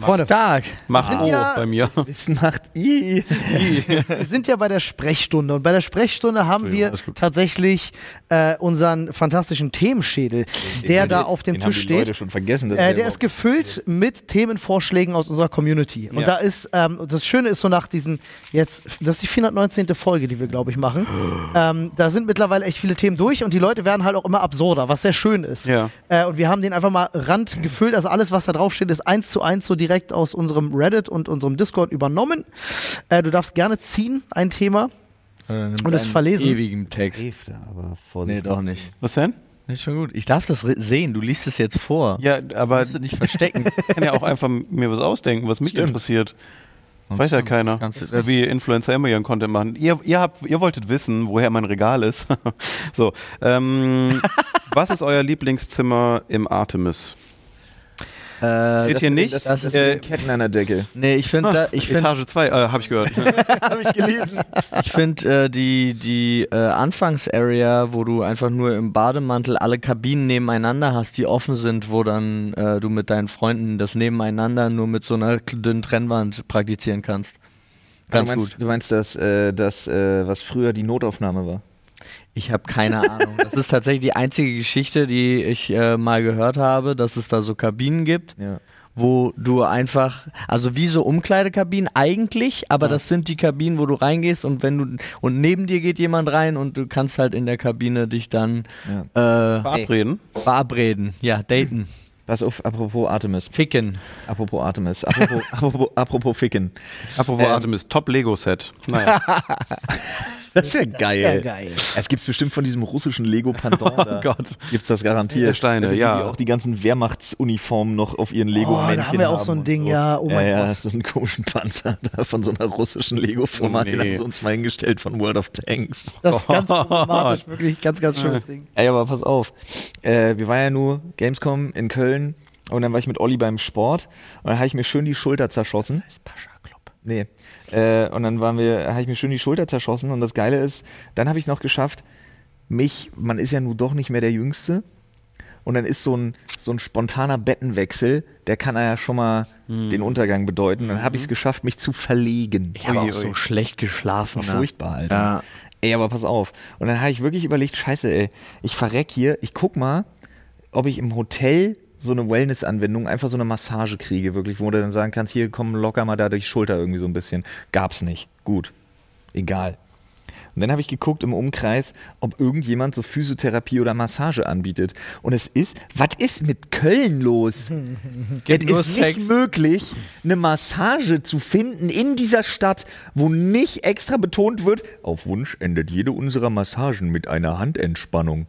Freunde, stark. macht sind auch ja- bei mir. Wissen macht i. wir sind ja bei der Sprechstunde und bei der Sprechstunde haben wir alles gut. tatsächlich äh, unseren fantastischen Themenschädel, der da auf dem Den haben Tisch die steht. Leute schon vergessen. dass Äh, der der ist gefüllt mit Themenvorschlägen aus unserer Community. Und Ja. da ist, ähm, das Schöne ist so nach diesen, jetzt, das ist die 419. Folge, die wir, glaube ich, machen. ähm, da sind mittlerweile echt viele Themen durch und die Leute werden halt auch immer absurder, was sehr schön ist. Ja. Äh, und wir haben den einfach mal Rand gefüllt. Also alles, was da draufsteht, ist eins zu eins so direkt aus unserem Reddit und unserem Discord übernommen. Äh, du darfst gerne ziehen, ein Thema. Und Und das verlesen. Ewigem Text. Hilft aber vorsichtig. Nee, doch nicht. Was denn? Ist schon gut. Ich darf das ri- sehen. Du liest es jetzt vor. Ja, aber Musst du nicht verstecken. ich kann ja auch einfach mir was ausdenken, was mich interessiert. Weiß ja keiner. kannst du- Äh, Wie Influencer immer ihren Content machen. Ihr, ihr, habt, ihr wolltet wissen, woher mein Regal ist. so, ähm, was ist euer Lieblingszimmer im Artemis? äh, Steht hier nicht. Das, das das ist ist äh, ah, Ketten an der Decke. nee, ich finde, da- ich finde, Etage 2, äh, habe ich gehört. Habe ich gelesen. ich find, äh, die, die äh, Anfangs-Area, wo du einfach nur im Bademantel alle Kabinen nebeneinander hast, die offen sind, wo dann äh, du mit deinen Freunden das Nebeneinander nur mit so einer k- dünnen Trennwand praktizieren kannst. Ganz du meinst, gut. Du meinst das, äh, das äh, was früher die Notaufnahme war? Ich habe keine Ahnung. Das ist tatsächlich die einzige Geschichte, die ich äh, mal gehört habe, dass es da so Kabinen gibt. Ja. wo du einfach, also wie so Umkleidekabinen eigentlich, aber das sind die Kabinen, wo du reingehst und wenn du und neben dir geht jemand rein und du kannst halt in der Kabine dich dann äh, Verabreden. verabreden, ja, daten, Pass auf, apropos Artemis. ficken. Apropos Artemis. Apropos, apropos, apropos Ficken. Apropos Ähm. Artemis, Top Lego Set. Naja. Das wäre geil. wär geil. Es gibt bestimmt von diesem russischen Lego Pendant. Oh Gott. Gibt's das garantiert. Der Steine, das sind die, ja. Die auch die ganzen Wehrmachtsuniformen noch auf ihren Lego Oh, da haben Männchen wir auch so ein und Ding, ja, oh mein ja, Gott. so einen komischen Panzer da von so einer russischen Lego Firma, Oh, den nee. haben sie uns mal hingestellt von World of Tanks. Das ist ganz problematisch, wirklich ganz, ganz schönes Ding. Ey, aber pass auf. Äh, wir waren ja nur Gamescom in Köln und dann war ich mit Olli beim Sport und dann habe ich mir schön die Schulter zerschossen. Das heißt Pascha Club. Nee. Äh, und dann waren wir, habe ich mir schön die Schulter zerschossen und das Geile ist, dann habe ich es noch geschafft, mich, man ist ja nun doch nicht mehr der Jüngste und dann ist so ein, so ein spontaner Bettenwechsel, der kann ja schon mal den Untergang bedeuten. Dann habe ich es geschafft, mich zu verlegen. Ich habe auch Uiuiui. so schlecht geschlafen. ne? Furchtbar, Alter. Ja. Ey, aber pass auf. Und dann habe ich wirklich überlegt, scheiße, ey, ich verreck hier, ich guck mal, ob ich im Hotel so eine Wellness-Anwendung, einfach so eine Massage kriege, wirklich, wo du dann sagen kannst, hier komm locker mal da durch die Schulter irgendwie so ein bisschen. Gab's nicht. Gut. Egal. Und dann habe ich geguckt im Umkreis, ob irgendjemand so Physiotherapie oder Massage anbietet. Und es ist, was ist mit Köln los? Mhm. es nur ist Sex. nicht möglich, eine Massage zu finden in dieser Stadt, wo nicht extra betont wird, auf Wunsch endet jede unserer Massagen mit einer Handentspannung.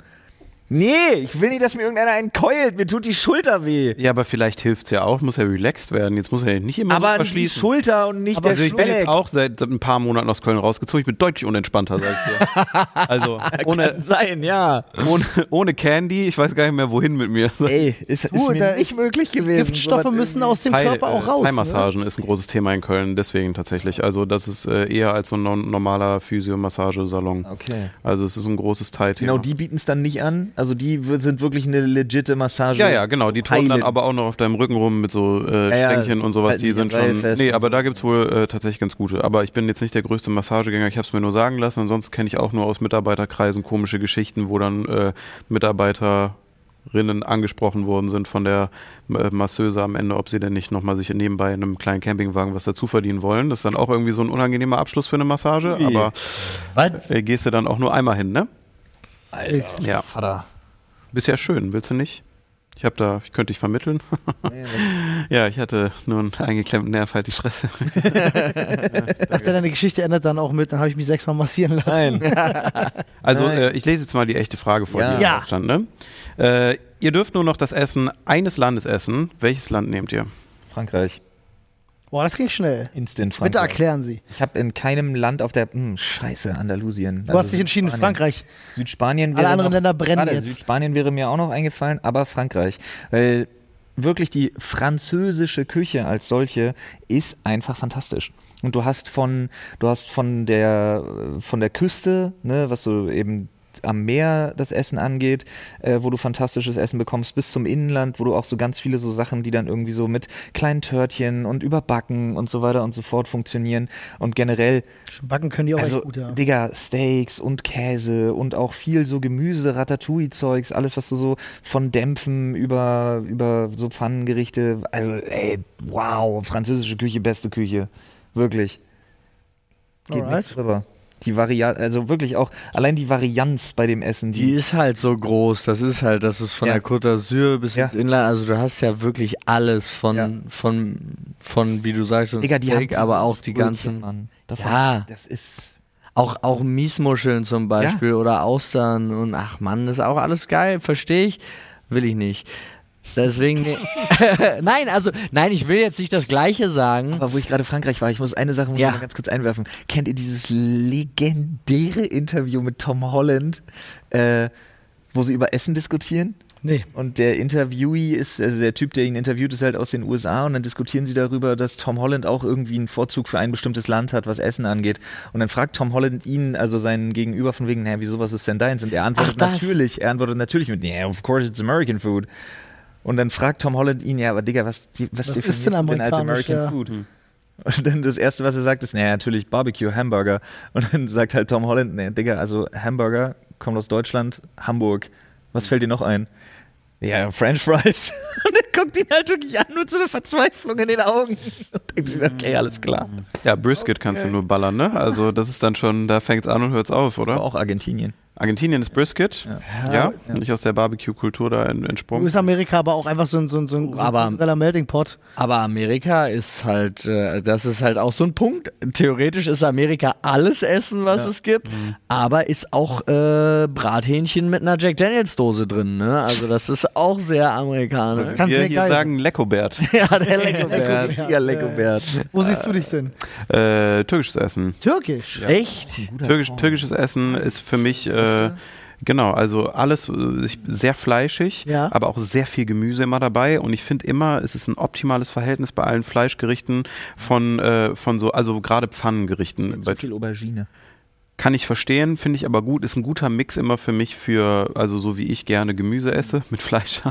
Nee, ich will nicht, dass mir irgendeiner einen keult. Mir tut die Schulter weh. Ja, aber vielleicht hilft's ja auch, muss ja relaxed werden. Jetzt muss er ja nicht immer so Aber die verschließen. Schulter und nicht also der ich bin Schulter. jetzt auch seit ein paar Monaten aus Köln rausgezogen. Ich bin deutlich unentspannter, sag ich dir. Also ohne, sein, ja. ohne, ohne Candy, ich weiß gar nicht mehr, wohin mit mir. Ey, ist, ist Du, da mir nicht ist- möglich gewesen. Giftstoffe sowas müssen aus dem Thai- Körper auch äh, raus. Ne? Thai-Massagen ist ein großes Thema in Köln, deswegen tatsächlich. Also das ist äh, eher als so ein non- normaler Physiomassagesalon. Okay. Also es ist ein großes Thai-Thema. Genau, die bieten es dann nicht an. Also die w- sind wirklich eine legitime Massage. Ja, ja, genau. Die turnen dann Heilen. aber auch noch auf deinem Rücken rum mit so äh, Ja, ja, Stängchen und sowas. halten Die sich am sind Seil schon. fest Nee, und aber da gibt's wohl äh, tatsächlich ganz gute. Aber ich bin jetzt nicht der größte Massagegänger. Ich habe es mir nur sagen lassen. Ansonsten kenne ich auch nur aus Mitarbeiterkreisen komische Geschichten, wo dann äh, Mitarbeiterinnen angesprochen worden sind von der äh, Masseuse am Ende, ob sie denn nicht nochmal sich nebenbei in einem kleinen Campingwagen was dazu verdienen wollen. Das ist dann auch irgendwie so ein unangenehmer Abschluss für eine Massage, Ui. aber Was? äh, gehst du dann auch nur einmal hin, ne? Alter, Ja. Vater. Bisher schön, willst du nicht? Ich habe da, ich könnte dich vermitteln. ja, ich hatte nur einen eingeklemmten Nerv, halt die Fresse. Ich dachte, deine Geschichte endet dann auch mit, dann habe ich mich sechsmal massieren lassen. Nein. Also, Nein. äh, ich lese jetzt mal die echte Frage vor, Ja. die Ja. ja. stand, ne? Äh, ihr dürft nur noch das Essen eines Landes essen. Welches Land nehmt ihr? Frankreich. Boah, das ging schnell. Instant Bitte Frankreich. erklären Sie. Ich habe in keinem Land auf der. Hm, scheiße, Andalusien. Du hast dich entschieden, Frankreich. Südspanien Alle wäre anderen noch, Länder brennen Warte, jetzt. Südspanien wäre mir auch noch eingefallen, aber Frankreich. Weil wirklich die französische Küche als solche ist einfach fantastisch. Und du hast von, du hast von der von der Küste, ne, was so eben am Meer das Essen angeht, äh, wo du fantastisches Essen bekommst, bis zum Inland, wo du auch so ganz viele so Sachen, die dann irgendwie so mit kleinen Törtchen und überbacken und so weiter und so fort funktionieren. Und generell Backen können die auch also, echt gut, ja. Digga, Steaks und Käse und auch viel so Gemüse, Ratatouille-Zeugs, alles, was du so von Dämpfen über, über so Pfannengerichte. Also, ey, wow, französische Küche, beste Küche. Wirklich. Geht Alright. nichts drüber. Die Varianz, also wirklich auch, allein die Varianz bei dem Essen, Die die. ist halt so groß. Das ist halt, das ist von Ja. der Côte d'Azur bis Ja. ins Inland. Also du hast ja wirklich alles von, Ja. von, von, wie du sagst, so ein Digga, die Steak, haben aber auch die Brötchen, ganzen, Mann. Davon, Ja. Das ist. auch, auch Miesmuscheln zum Beispiel oder Austern und ach Mann, das ist auch alles geil, verstehe ich. Will ich nicht. Deswegen. nein, also, nein, ich will jetzt nicht das Gleiche sagen. Aber wo ich gerade Frankreich war, ich muss eine Sache muss Ja. ich mal ganz kurz einwerfen. Kennt ihr dieses legendäre Interview mit Tom Holland, äh, wo sie über Essen diskutieren? Nee. Und der Interviewee ist, also der Typ, der ihn interviewt, ist halt aus den USA und dann diskutieren sie darüber, dass Tom Holland auch irgendwie einen Vorzug für ein bestimmtes Land hat, was Essen angeht. Und dann fragt Tom Holland ihn, also seinen Gegenüber, von wegen, naja, wieso, was ist denn deins? Und er antwortet Ach, das. natürlich, er antwortet natürlich mit, yeah, of course it's American food. Und dann fragt Tom Holland ihn, ja, aber Digga, was, die- was, Was definierst ist denn du denn als amerikanisch, American ja? Food? Und dann das Erste, was er sagt, ist, naja, natürlich Barbecue, Hamburger. Und dann sagt halt Tom Holland, nee, Digga, also Hamburger kommt aus Deutschland, Hamburg. Was fällt dir noch ein? Ja, French Fries. Und er guckt ihn halt wirklich an mit so einer Verzweiflung in den Augen. Und denkt sich, okay, alles klar. Ja, Brisket kannst du nur ballern, ne? Also das ist dann schon, da fängt's an und hört's auf, Aber oder? auch Argentinien. Argentinien ist Brisket. Ja. Nicht aus der Barbecue-Kultur da en- entsprungen. US-Amerika Äh, aber auch einfach so ein, so ein, so ein, so ein Aber- kultureller Melting Pot. Aber Amerika ist halt, äh, das ist halt auch so ein Punkt. Theoretisch ist Amerika alles Essen, was es gibt, aber ist auch äh, Brathähnchen mit einer Jack Daniels Dose drin. Ne? Also das ist auch sehr amerikanisch. Kannst Wir du hier sagen Lekobert. ja, der Leckobert. Ja, Ja, Leckobert. Wo siehst du dich denn? äh, türkisches Essen. Türkisch. Echt? Türkisch, türkisches Essen ist für mich, äh, genau, also alles äh, ich- sehr fleischig, Ja. aber auch sehr viel Gemüse immer dabei. Und ich finde immer, es ist ein optimales Verhältnis bei allen Fleischgerichten von, äh, von so, also gerade Pfannengerichten. Bei, Zu viel Aubergine. kann ich verstehen, finde ich aber gut, ist ein guter Mix immer für mich für, also so wie ich gerne Gemüse esse, mit Fleisch.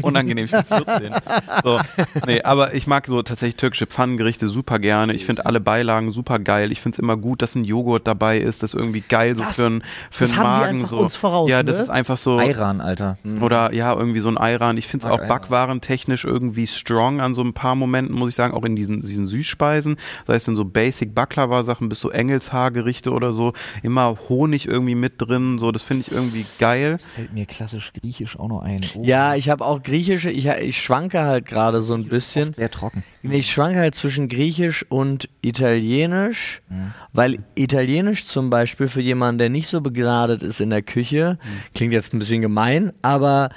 Unangenehm, ich bin 14. So, nee, aber ich mag so tatsächlich türkische Pfannengerichte super gerne. Ich finde alle Beilagen super geil. Ich finde es immer gut, dass ein Joghurt dabei ist, das ist irgendwie geil so Das- für einen für das den haben die Magen einfach so. uns voraus, ja, das ne? ist einfach so Ayran, Alter. oder ja, irgendwie so ein Ayran. Ich finde es Mag auch Ayran. backwaren-technisch irgendwie strong an so ein paar Momenten, muss ich sagen, auch in diesen, diesen Süßspeisen. Sei es denn so Basic Baklava-Sachen bis so Engelshaargerichte oder so. Immer Honig irgendwie mit drin. So, das finde ich irgendwie geil. Fällt mir klassisch griechisch auch noch ein. Oh, Ja, ich habe auch griechische, ich, ich schwanke halt gerade so ein bisschen. Sehr trocken. Nee, ich schwank halt zwischen Griechisch und Italienisch, Mhm. weil Italienisch zum Beispiel für jemanden, der nicht so begnadet ist in der Küche, Mhm. klingt jetzt ein bisschen gemein, aber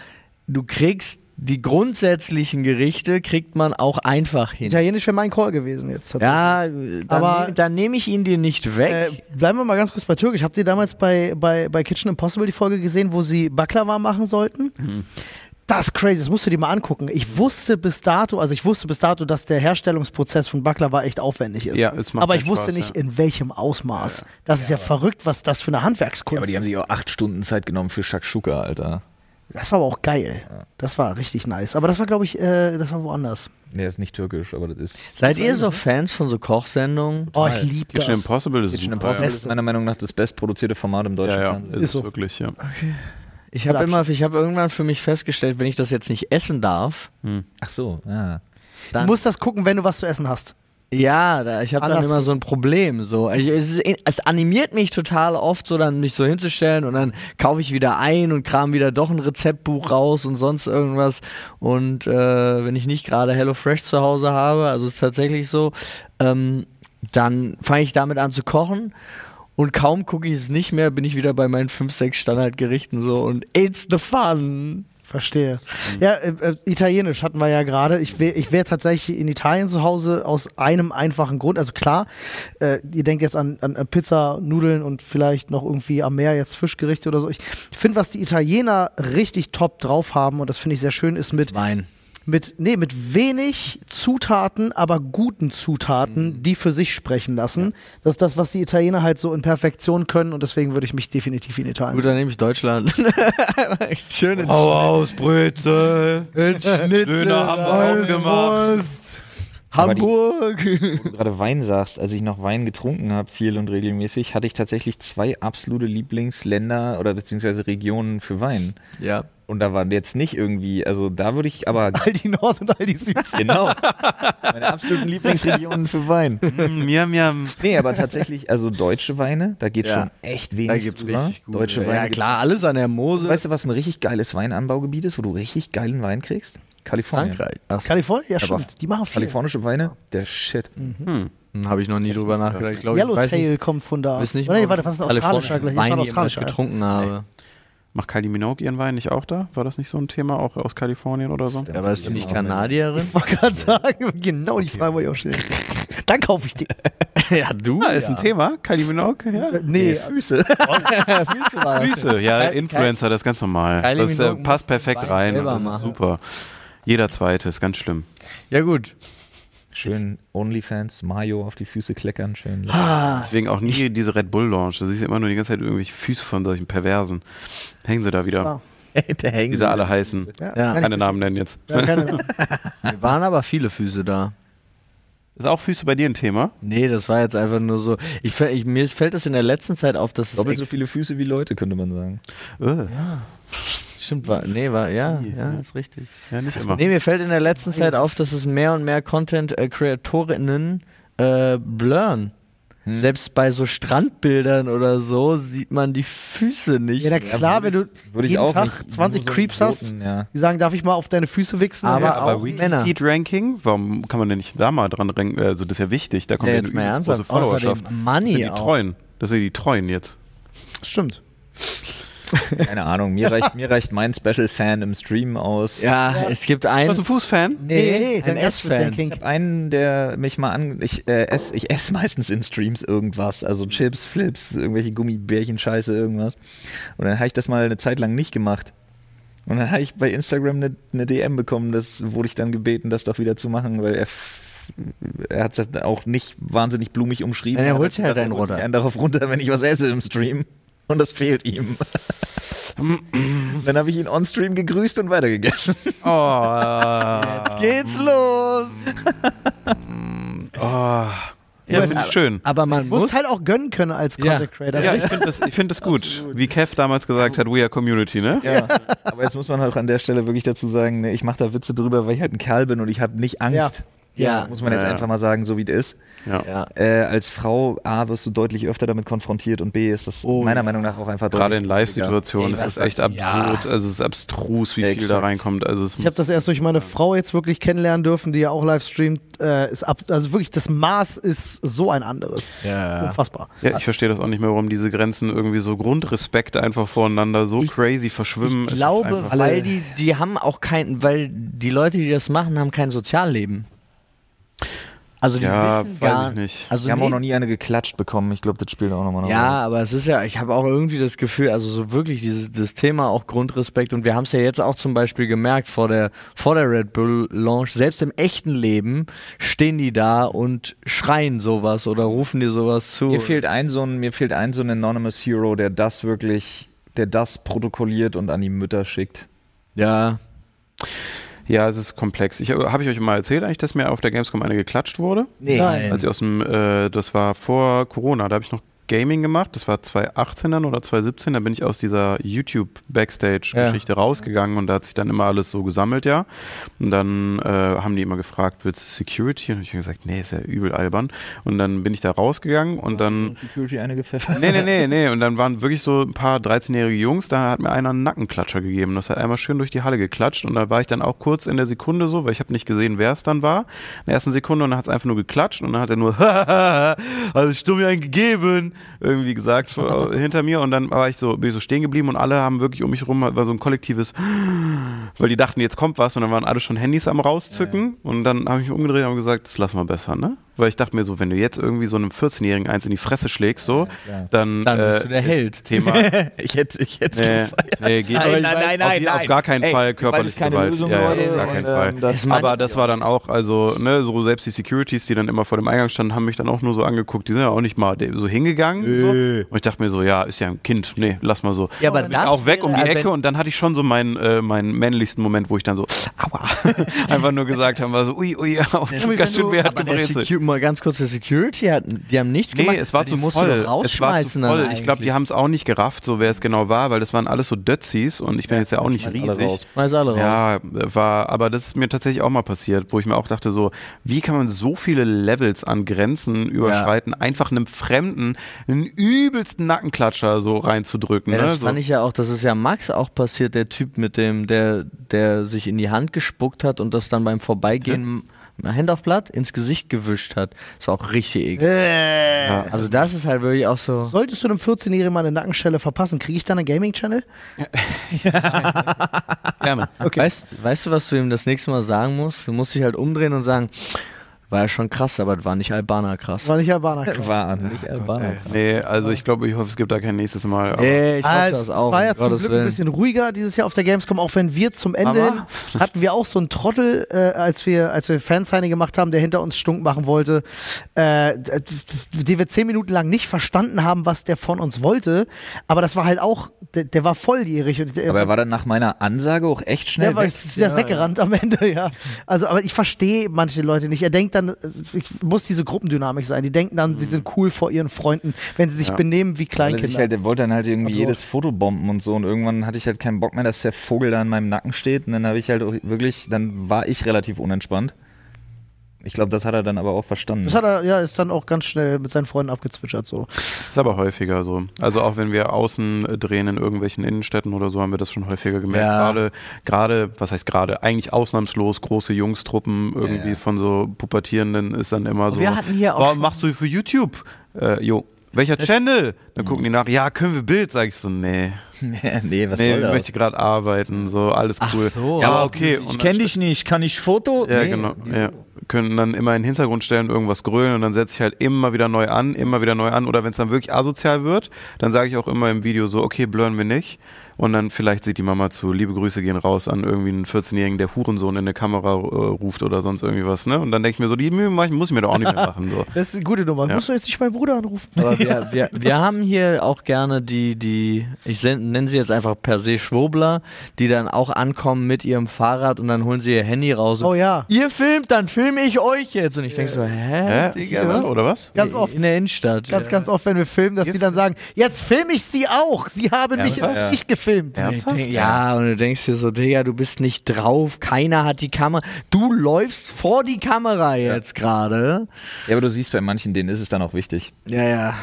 du kriegst die grundsätzlichen Gerichte, kriegt man auch einfach hin. Italienisch wäre mein Call gewesen jetzt. tatsächlich. Ja, äh, dann, Aber- nehm- dann nehme ich ihn dir nicht Äh, weg. bleiben wir mal ganz kurz bei Türkisch. Habt ihr damals bei, bei, bei Kitchen Impossible die Folge gesehen, wo sie Baklava machen sollten? Das ist crazy, das musst du dir mal angucken. Ich wusste bis dato, also ich wusste bis dato, dass der Herstellungsprozess von Baklava echt aufwendig ist. Ja, es macht aber ich keinen wusste Spaß, nicht, ja. in welchem Ausmaß. Das ist ja verrückt, was das für eine Aber Handwerkskunst die haben ist. sich auch acht Stunden Zeit genommen für Shakshuka, Alter. Das war aber auch geil. Das war richtig nice. Aber das war, glaube ich, äh, das war woanders. Der ist nicht türkisch, aber das ist. Seid ihr so Fans von so Kochsendungen? Oh, ich liebe das. Kitchen Impossible ist Kitchen super. Impossible ist Beste. meiner Meinung nach das bestproduzierte Format im deutschen Ja, ja, Fernsehen. ist, Ist so. wirklich, ja. Ich habe immer, ich habe irgendwann für mich festgestellt, wenn ich das jetzt nicht essen darf, Hm. Ach so, ah. ja. Du musst das gucken, wenn du was zu essen hast. Ja, da, ich habe dann Anders- immer so ein Problem. So. Ich, es, ist, es animiert mich total oft, so dann mich so hinzustellen und dann kaufe ich wieder ein und kram wieder doch ein Rezeptbuch raus und sonst irgendwas. Und äh, wenn ich nicht gerade HelloFresh zu Hause habe, also es ist tatsächlich so, ähm, dann fange ich damit an zu kochen. Und kaum gucke ich es nicht mehr, bin ich wieder bei meinen 5, 6 Standardgerichten so und it's the fun. Verstehe. Ja, äh, äh, Italienisch hatten wir ja gerade. Ich wäre ich wär tatsächlich in Italien zu Hause aus einem einfachen Grund. Also klar, äh, ihr denkt jetzt an, an, an Pizza, Nudeln und vielleicht noch irgendwie am Meer jetzt Fischgerichte oder so. Ich finde, was die Italiener richtig top drauf haben und das finde ich sehr schön, ist mit Wein. mit, nee, mit wenig Zutaten, aber guten Zutaten, die für sich sprechen lassen. Das ist das, was die Italiener halt so in Perfektion können und deswegen würde ich mich definitiv in Italien. Gut, dann nehme ich Deutschland. Schön ins Hau aus, Brezel. Schnitzel. Döner haben wir auch gemacht. Hamburg. Wo du gerade Wein sagst, als ich noch Wein getrunken habe, viel und regelmäßig, hatte ich tatsächlich zwei absolute Lieblingsländer oder beziehungsweise Regionen für Wein. Ja. Und da waren jetzt nicht irgendwie, also da würde ich aber Aldi Nord und Aldi Süd. genau meine absoluten Lieblingsregionen für Wein. Hm, Miam, miam. Nee, aber tatsächlich, also deutsche Weine, da geht Ja. schon echt wenig. drüber. gute. Deutsche Weine. Ja, gibt's- Also, klar, alles an der Mose. Weißt du, was ein richtig geiles Weinanbaugebiet ist, wo du richtig geilen Wein kriegst? Kalifornien. Frankreich. Ach, Kalifornien, ja Aber stimmt, die machen viel. Kalifornische Weine, der Shit. Mhm. habe hm, ich noch nie drüber nachgedacht. Glaub, ich weiß nicht, Yellowtail kommt von da. weiß nicht, Oder nee, ob warte, was ist ein Kalifornien australischer gleich? Wein Wein jemals australischer. getrunken habe. Macht Kylie Minogue ihren Wein nicht auch da? War das nicht so ein Thema, auch aus Kalifornien oder so? Ja, weißt du nicht Auch Kanadierin? Ich wollte gerade sagen, genau die Frage wollte ich auch stellen. Dann kaufe ich die. ja, du. Ja, ist ein Thema, Kylie Minogue, ja. Äh, Nee, Füße. Füße war das. Füße, ja, Influencer, das ist ganz normal. Kylie das äh, Minogue passt muss perfekt Wein rein. selber Das ist machen. super. Jeder zweite ist ganz schlimm. Ja, gut. Schön Onlyfans, Mayo auf die Füße kleckern, schön. Ah. Deswegen auch nie diese Red Bull Launch. Da siehst du immer nur die ganze Zeit irgendwelche Füße von solchen Perversen. Hängen sie da wieder. war- der hängen Wie sie alle heißen. ja, Ja. also keine- Keine Namen nennen jetzt. ja, keine Ahnung. Wir waren aber viele Füße da. Ist auch Füße bei dir ein Thema? Nee, das war jetzt einfach nur so. Ich, fä- ich, mir fällt das in der letzten Zeit auf, dass es. Doppelt ex- so viele Füße wie Leute, könnte man sagen. Äh, Stimmt, war. Nee, war. Ja, ja, ist richtig. ja, nicht immer. Also Nee, mir fällt in der letzten Zeit auf, dass es mehr und mehr Content-Kreatorinnen äh, blurren. Hm. Selbst bei so Strandbildern oder so sieht man die Füße nicht. Ja, na klar, wenn du Würde ich jeden auch Tag nicht. 20 Nur so Creeps einen hast, roten, ja. die sagen, darf ich mal auf deine Füße wichsen? Aber Ja, auch Aber Männer. Feed Ranking, warum kann man denn nicht da mal dran ranken? Also das ist ja wichtig, da kommt Ja, ja, jetzt mal eine übelst große ernsthaft. Außerdem Followerschaft. Money das sind die auch. Treuen. Das sind die Treuen jetzt. stimmt. Keine Ahnung, mir reicht, mir reicht mein Special-Fan im Stream aus. Ja, es gibt einen. Warst du Fußfan? Nee, nee, Nee, nee dein ein S-Fan. S-Fan. Ich habe einen, der mich mal an. Ich äh, esse ich ess meistens in Streams irgendwas. Also Chips, Flips, irgendwelche Gummibärchen, Scheiße, irgendwas. Und dann habe ich das mal eine Zeit lang nicht gemacht. Und dann habe ich bei Instagram eine ne DM bekommen. Das wurde ich dann gebeten, das doch wieder zu machen, weil er. f- Er hat das auch nicht wahnsinnig blumig umschrieben. Ja, Er dann hat holst du halt gesagt, einen er holt sich runter. einen darauf runter, wenn ich was esse im Stream. Und das fehlt ihm. dann habe ich ihn on Stream gegrüßt und weitergegessen. Oh. Jetzt geht's los. oh. Ja, finde ich schön. Aber man Musst muss halt auch gönnen können als Ja. Content Creator. Also Ja, ich finde das, ich find das gut. Wie Kev damals gesagt hat, we are community, ne? Ja. Aber jetzt muss man halt auch an der Stelle wirklich dazu sagen, ne, ich mache da Witze drüber, weil ich halt ein Kerl bin und ich habe nicht Angst. Ja. Ja. Muss man jetzt Ja. einfach mal sagen, so wie das ist. Ja. Ja. Äh, als Frau A wirst du deutlich öfter damit konfrontiert und B ist das Oh, meiner ja. Meinung nach auch einfach Gerade deutlich in wichtiger. Live-Situationen ist das echt absurd. Also es ist abstrus, wie viel da Exakt. reinkommt. Also es Ich habe das erst durch meine Frau jetzt wirklich kennenlernen dürfen, die ja auch live streamt. Äh, ist ab, also wirklich, das Maß ist so ein anderes. Ja. Unfassbar. Ja, ich verstehe das auch nicht mehr, warum diese Grenzen irgendwie so Grundrespekt einfach voreinander so crazy verschwimmen. Es Ich ist glaube, einfach- weil die, die haben auch kein, weil die Leute, die das machen, haben kein Sozialleben. Also die Ja, wissen weiß gar ich nicht. Also Wir haben nee, auch noch nie eine geklatscht bekommen. Ich glaube, das spielt auch nochmal eine Rolle. ja, aber es ist ja, ich habe auch irgendwie das Gefühl, also so wirklich dieses das Thema auch Grundrespekt und wir haben es ja jetzt auch zum Beispiel gemerkt vor der vor der Red Bull Launch, selbst im echten Leben stehen die da und schreien sowas oder rufen dir sowas zu. Mir fehlt ein so ein, mir fehlt ein so ein Anonymous Hero, der das wirklich, der das protokolliert und an die Mütter schickt. ja, ja, es ist komplex. Ich, Habe ich euch mal erzählt eigentlich, dass mir auf der Gamescom eine geklatscht wurde? Nee. Nein. Als ich aus dem, äh, das war vor Corona, da habe ich noch Gaming gemacht, das war 2018 dann oder 2017, da bin ich aus dieser YouTube-Backstage-Geschichte rausgegangen und da hat sich dann immer alles so gesammelt, ja. Und dann äh, haben die immer gefragt, wird Security? Und ich habe gesagt, nee, ist ja übel albern. Und dann bin ich da rausgegangen und dann Security eine gepfeffert. Nee, nee, nee, nee. Und dann waren wirklich so ein paar 13-jährige Jungs, da hat mir einer einen Nackenklatscher gegeben. Das hat einmal schön durch die Halle geklatscht. Und da war ich dann auch kurz in der Sekunde so, weil ich habe nicht gesehen, wer es dann war. In der ersten Sekunde und dann hat es einfach nur geklatscht und dann hat er nur, also ich mir einen gegeben, irgendwie gesagt vor- hinter mir. Und dann war ich so, bin ich so stehen geblieben und alle haben wirklich um mich rum, war so ein kollektives, weil die dachten, jetzt kommt was und dann waren alle schon Handys am rauszücken und dann habe ich mich umgedreht und hab gesagt, das lass mal besser, ne? Weil ich dachte mir so, wenn du jetzt irgendwie so einem 14-Jährigen eins in die Fresse schlägst, so, dann, Dann bist du der ist Held. äh, Thema. ich hätte, ich hätte Nee, nee, geht Nein, aber ich nein, weiß, nein, auf, nein, je- Auf nein. gar keinen Ey, Fall Gewalt ist körperliche keine Gewalt. Lösung, ja, ja, Leute, auf gar und, keinen ähm, Fall. das- aber das war dann auch, also, ne, so selbst die Securities, die dann immer vor dem Eingang standen, haben mich dann auch nur so angeguckt. Die sind ja auch nicht mal de- so hingegangen. So. Und ich dachte mir so, ja, ist ja ein Kind, nee, lass mal so. Ja, aber das auch weg um die wäre- Ecke und dann hatte ich schon so meinen, äh, meinen männlichsten Moment, wo ich dann so, aua, einfach nur gesagt haben, war so, ui, ui, aua, das ist ganz schön wert aber der gebrezelt. Secu- mal ganz kurz, der Security hatten, die haben nichts gemacht. Nee, es war die zu musst voll. Du doch es war zu rausschmeißen dann voll. Ich glaube, die eigentlich. haben es auch nicht gerafft, so wer es genau war, weil das waren alles so Dötzis und ich bin jetzt ja auch nicht schmeiß alle raus. riesig. Schmeiß alle raus. Ja, war, aber das ist mir tatsächlich auch mal passiert, wo ich mir auch dachte, so, wie kann man so viele Levels an Grenzen überschreiten, einfach einem Fremden einen übelsten Nackenklatscher so reinzudrücken. Ja, ne? das so. fand ich ja auch, das ist ja Max auch passiert, der Typ mit dem, der, der sich in die Hand gespuckt hat und das dann beim Vorbeigehen Hand auf Blatt ins Gesicht gewischt hat. Ist auch richtig eklig. Also das ist halt wirklich auch so. Solltest du einem 14-Jährigen mal eine Nackenschelle verpassen, kriege ich dann einen Gaming-Channel? Gerne. Okay. Weißt, weißt du, was du ihm das nächste Mal sagen musst? Du musst dich halt umdrehen und sagen, war ja schon krass, aber das war nicht Albaner krass. War nicht Albaner. War nicht Albaner. Nee, also ich glaube, ich hoffe, es gibt da kein nächstes Mal. aber- Ey, ich hoffe Ah, das auch. war ja um zum Gottes Glück ein Willen. bisschen ruhiger dieses Jahr auf der Gamescom, auch wenn wir zum Ende hin Aber- hatten wir auch so einen Trottel, äh, als wir als wir Fansigning gemacht haben, der hinter uns stunk machen wollte, äh, d- d- den wir zehn Minuten lang nicht verstanden haben, was der von uns wollte. Aber das war halt auch, der, der war volljährig und der, Aber er war dann nach meiner Ansage auch echt schnell der war weg. ist der ist weggerannt am Ende, ja. Also, aber ich verstehe manche Leute nicht. Er denkt dann, äh, ich muss diese Gruppendynamik sein. Die denken dann, sie sind cool vor ihren Freunden, wenn sie sich benehmen wie Weil er sich Kleinkinder. halt, der wollte dann halt irgendwie Absurd. jedes Foto bomben und so und irgendwann hatte ich halt keinen Bock mehr, dass der Vogel da in meinem Nacken steht und dann habe ich halt auch wirklich, dann war ich relativ unentspannt Ich glaube, das hat er dann aber auch verstanden. Das hat er, ja, ist dann auch ganz schnell mit seinen Freunden abgezwitschert so. Ist aber häufiger so. Also auch wenn wir außen äh, drehen in irgendwelchen Innenstädten oder so, haben wir das schon häufiger gemerkt. Ja. Gerade, gerade, was heißt gerade, eigentlich ausnahmslos große Jungstruppen irgendwie ja. von so Pubertierenden ist dann immer so. wir hatten hier auch Warum schon- machst du für YouTube? Äh, jo. Welcher Channel? Dann Hm. gucken die nach, ja, können wir Bild? Sag ich so, nee. nee, was Nee, soll ich das? möchte gerade arbeiten, so, alles cool. so. ja, aber okay. Ich Und kenne dich nicht, kann ich Foto? Ja, Nee. genau. Ja. Können dann immer in den Hintergrund stellen, irgendwas grölen und dann setze ich halt immer wieder neu an, immer wieder neu an. Oder wenn es dann wirklich asozial wird, dann sage ich auch immer im Video so, okay, blurren wir nicht. Und dann vielleicht sieht die Mama zu, liebe Grüße gehen raus an irgendwie einen 14-Jährigen, der Hurensohn in der Kamera äh, ruft oder sonst irgendwie was. Ne? Und dann denke ich mir so, die Mühe mach ich- muss ich mir doch auch nicht mehr machen. So. Das ist eine gute Nummer. Ja. Musst du jetzt nicht meinen Bruder anrufen? Aber wir, wir, wir haben hier auch gerne die, die ich nenne sie jetzt einfach per se Schwobler, die dann auch ankommen mit ihrem Fahrrad und dann holen sie ihr Handy raus. und, Oh ja. Ihr filmt, dann filme ich euch jetzt. Und ich denke so, hä? Hä? Ja, oder was? Ganz oft. In der Innenstadt. Ganz, ganz oft, wenn wir filmen, dass die dann sagen, jetzt filme ich sie auch. Sie haben mich Ernsthaft? jetzt nicht gefilmt. Ja. Ich denk- Ja, und du denkst dir so, Digga, du bist nicht drauf, keiner hat die Kamera. Du läufst vor die Kamera jetzt gerade. Ja, aber du siehst, bei manchen denen ist es dann auch wichtig. Ja, ja.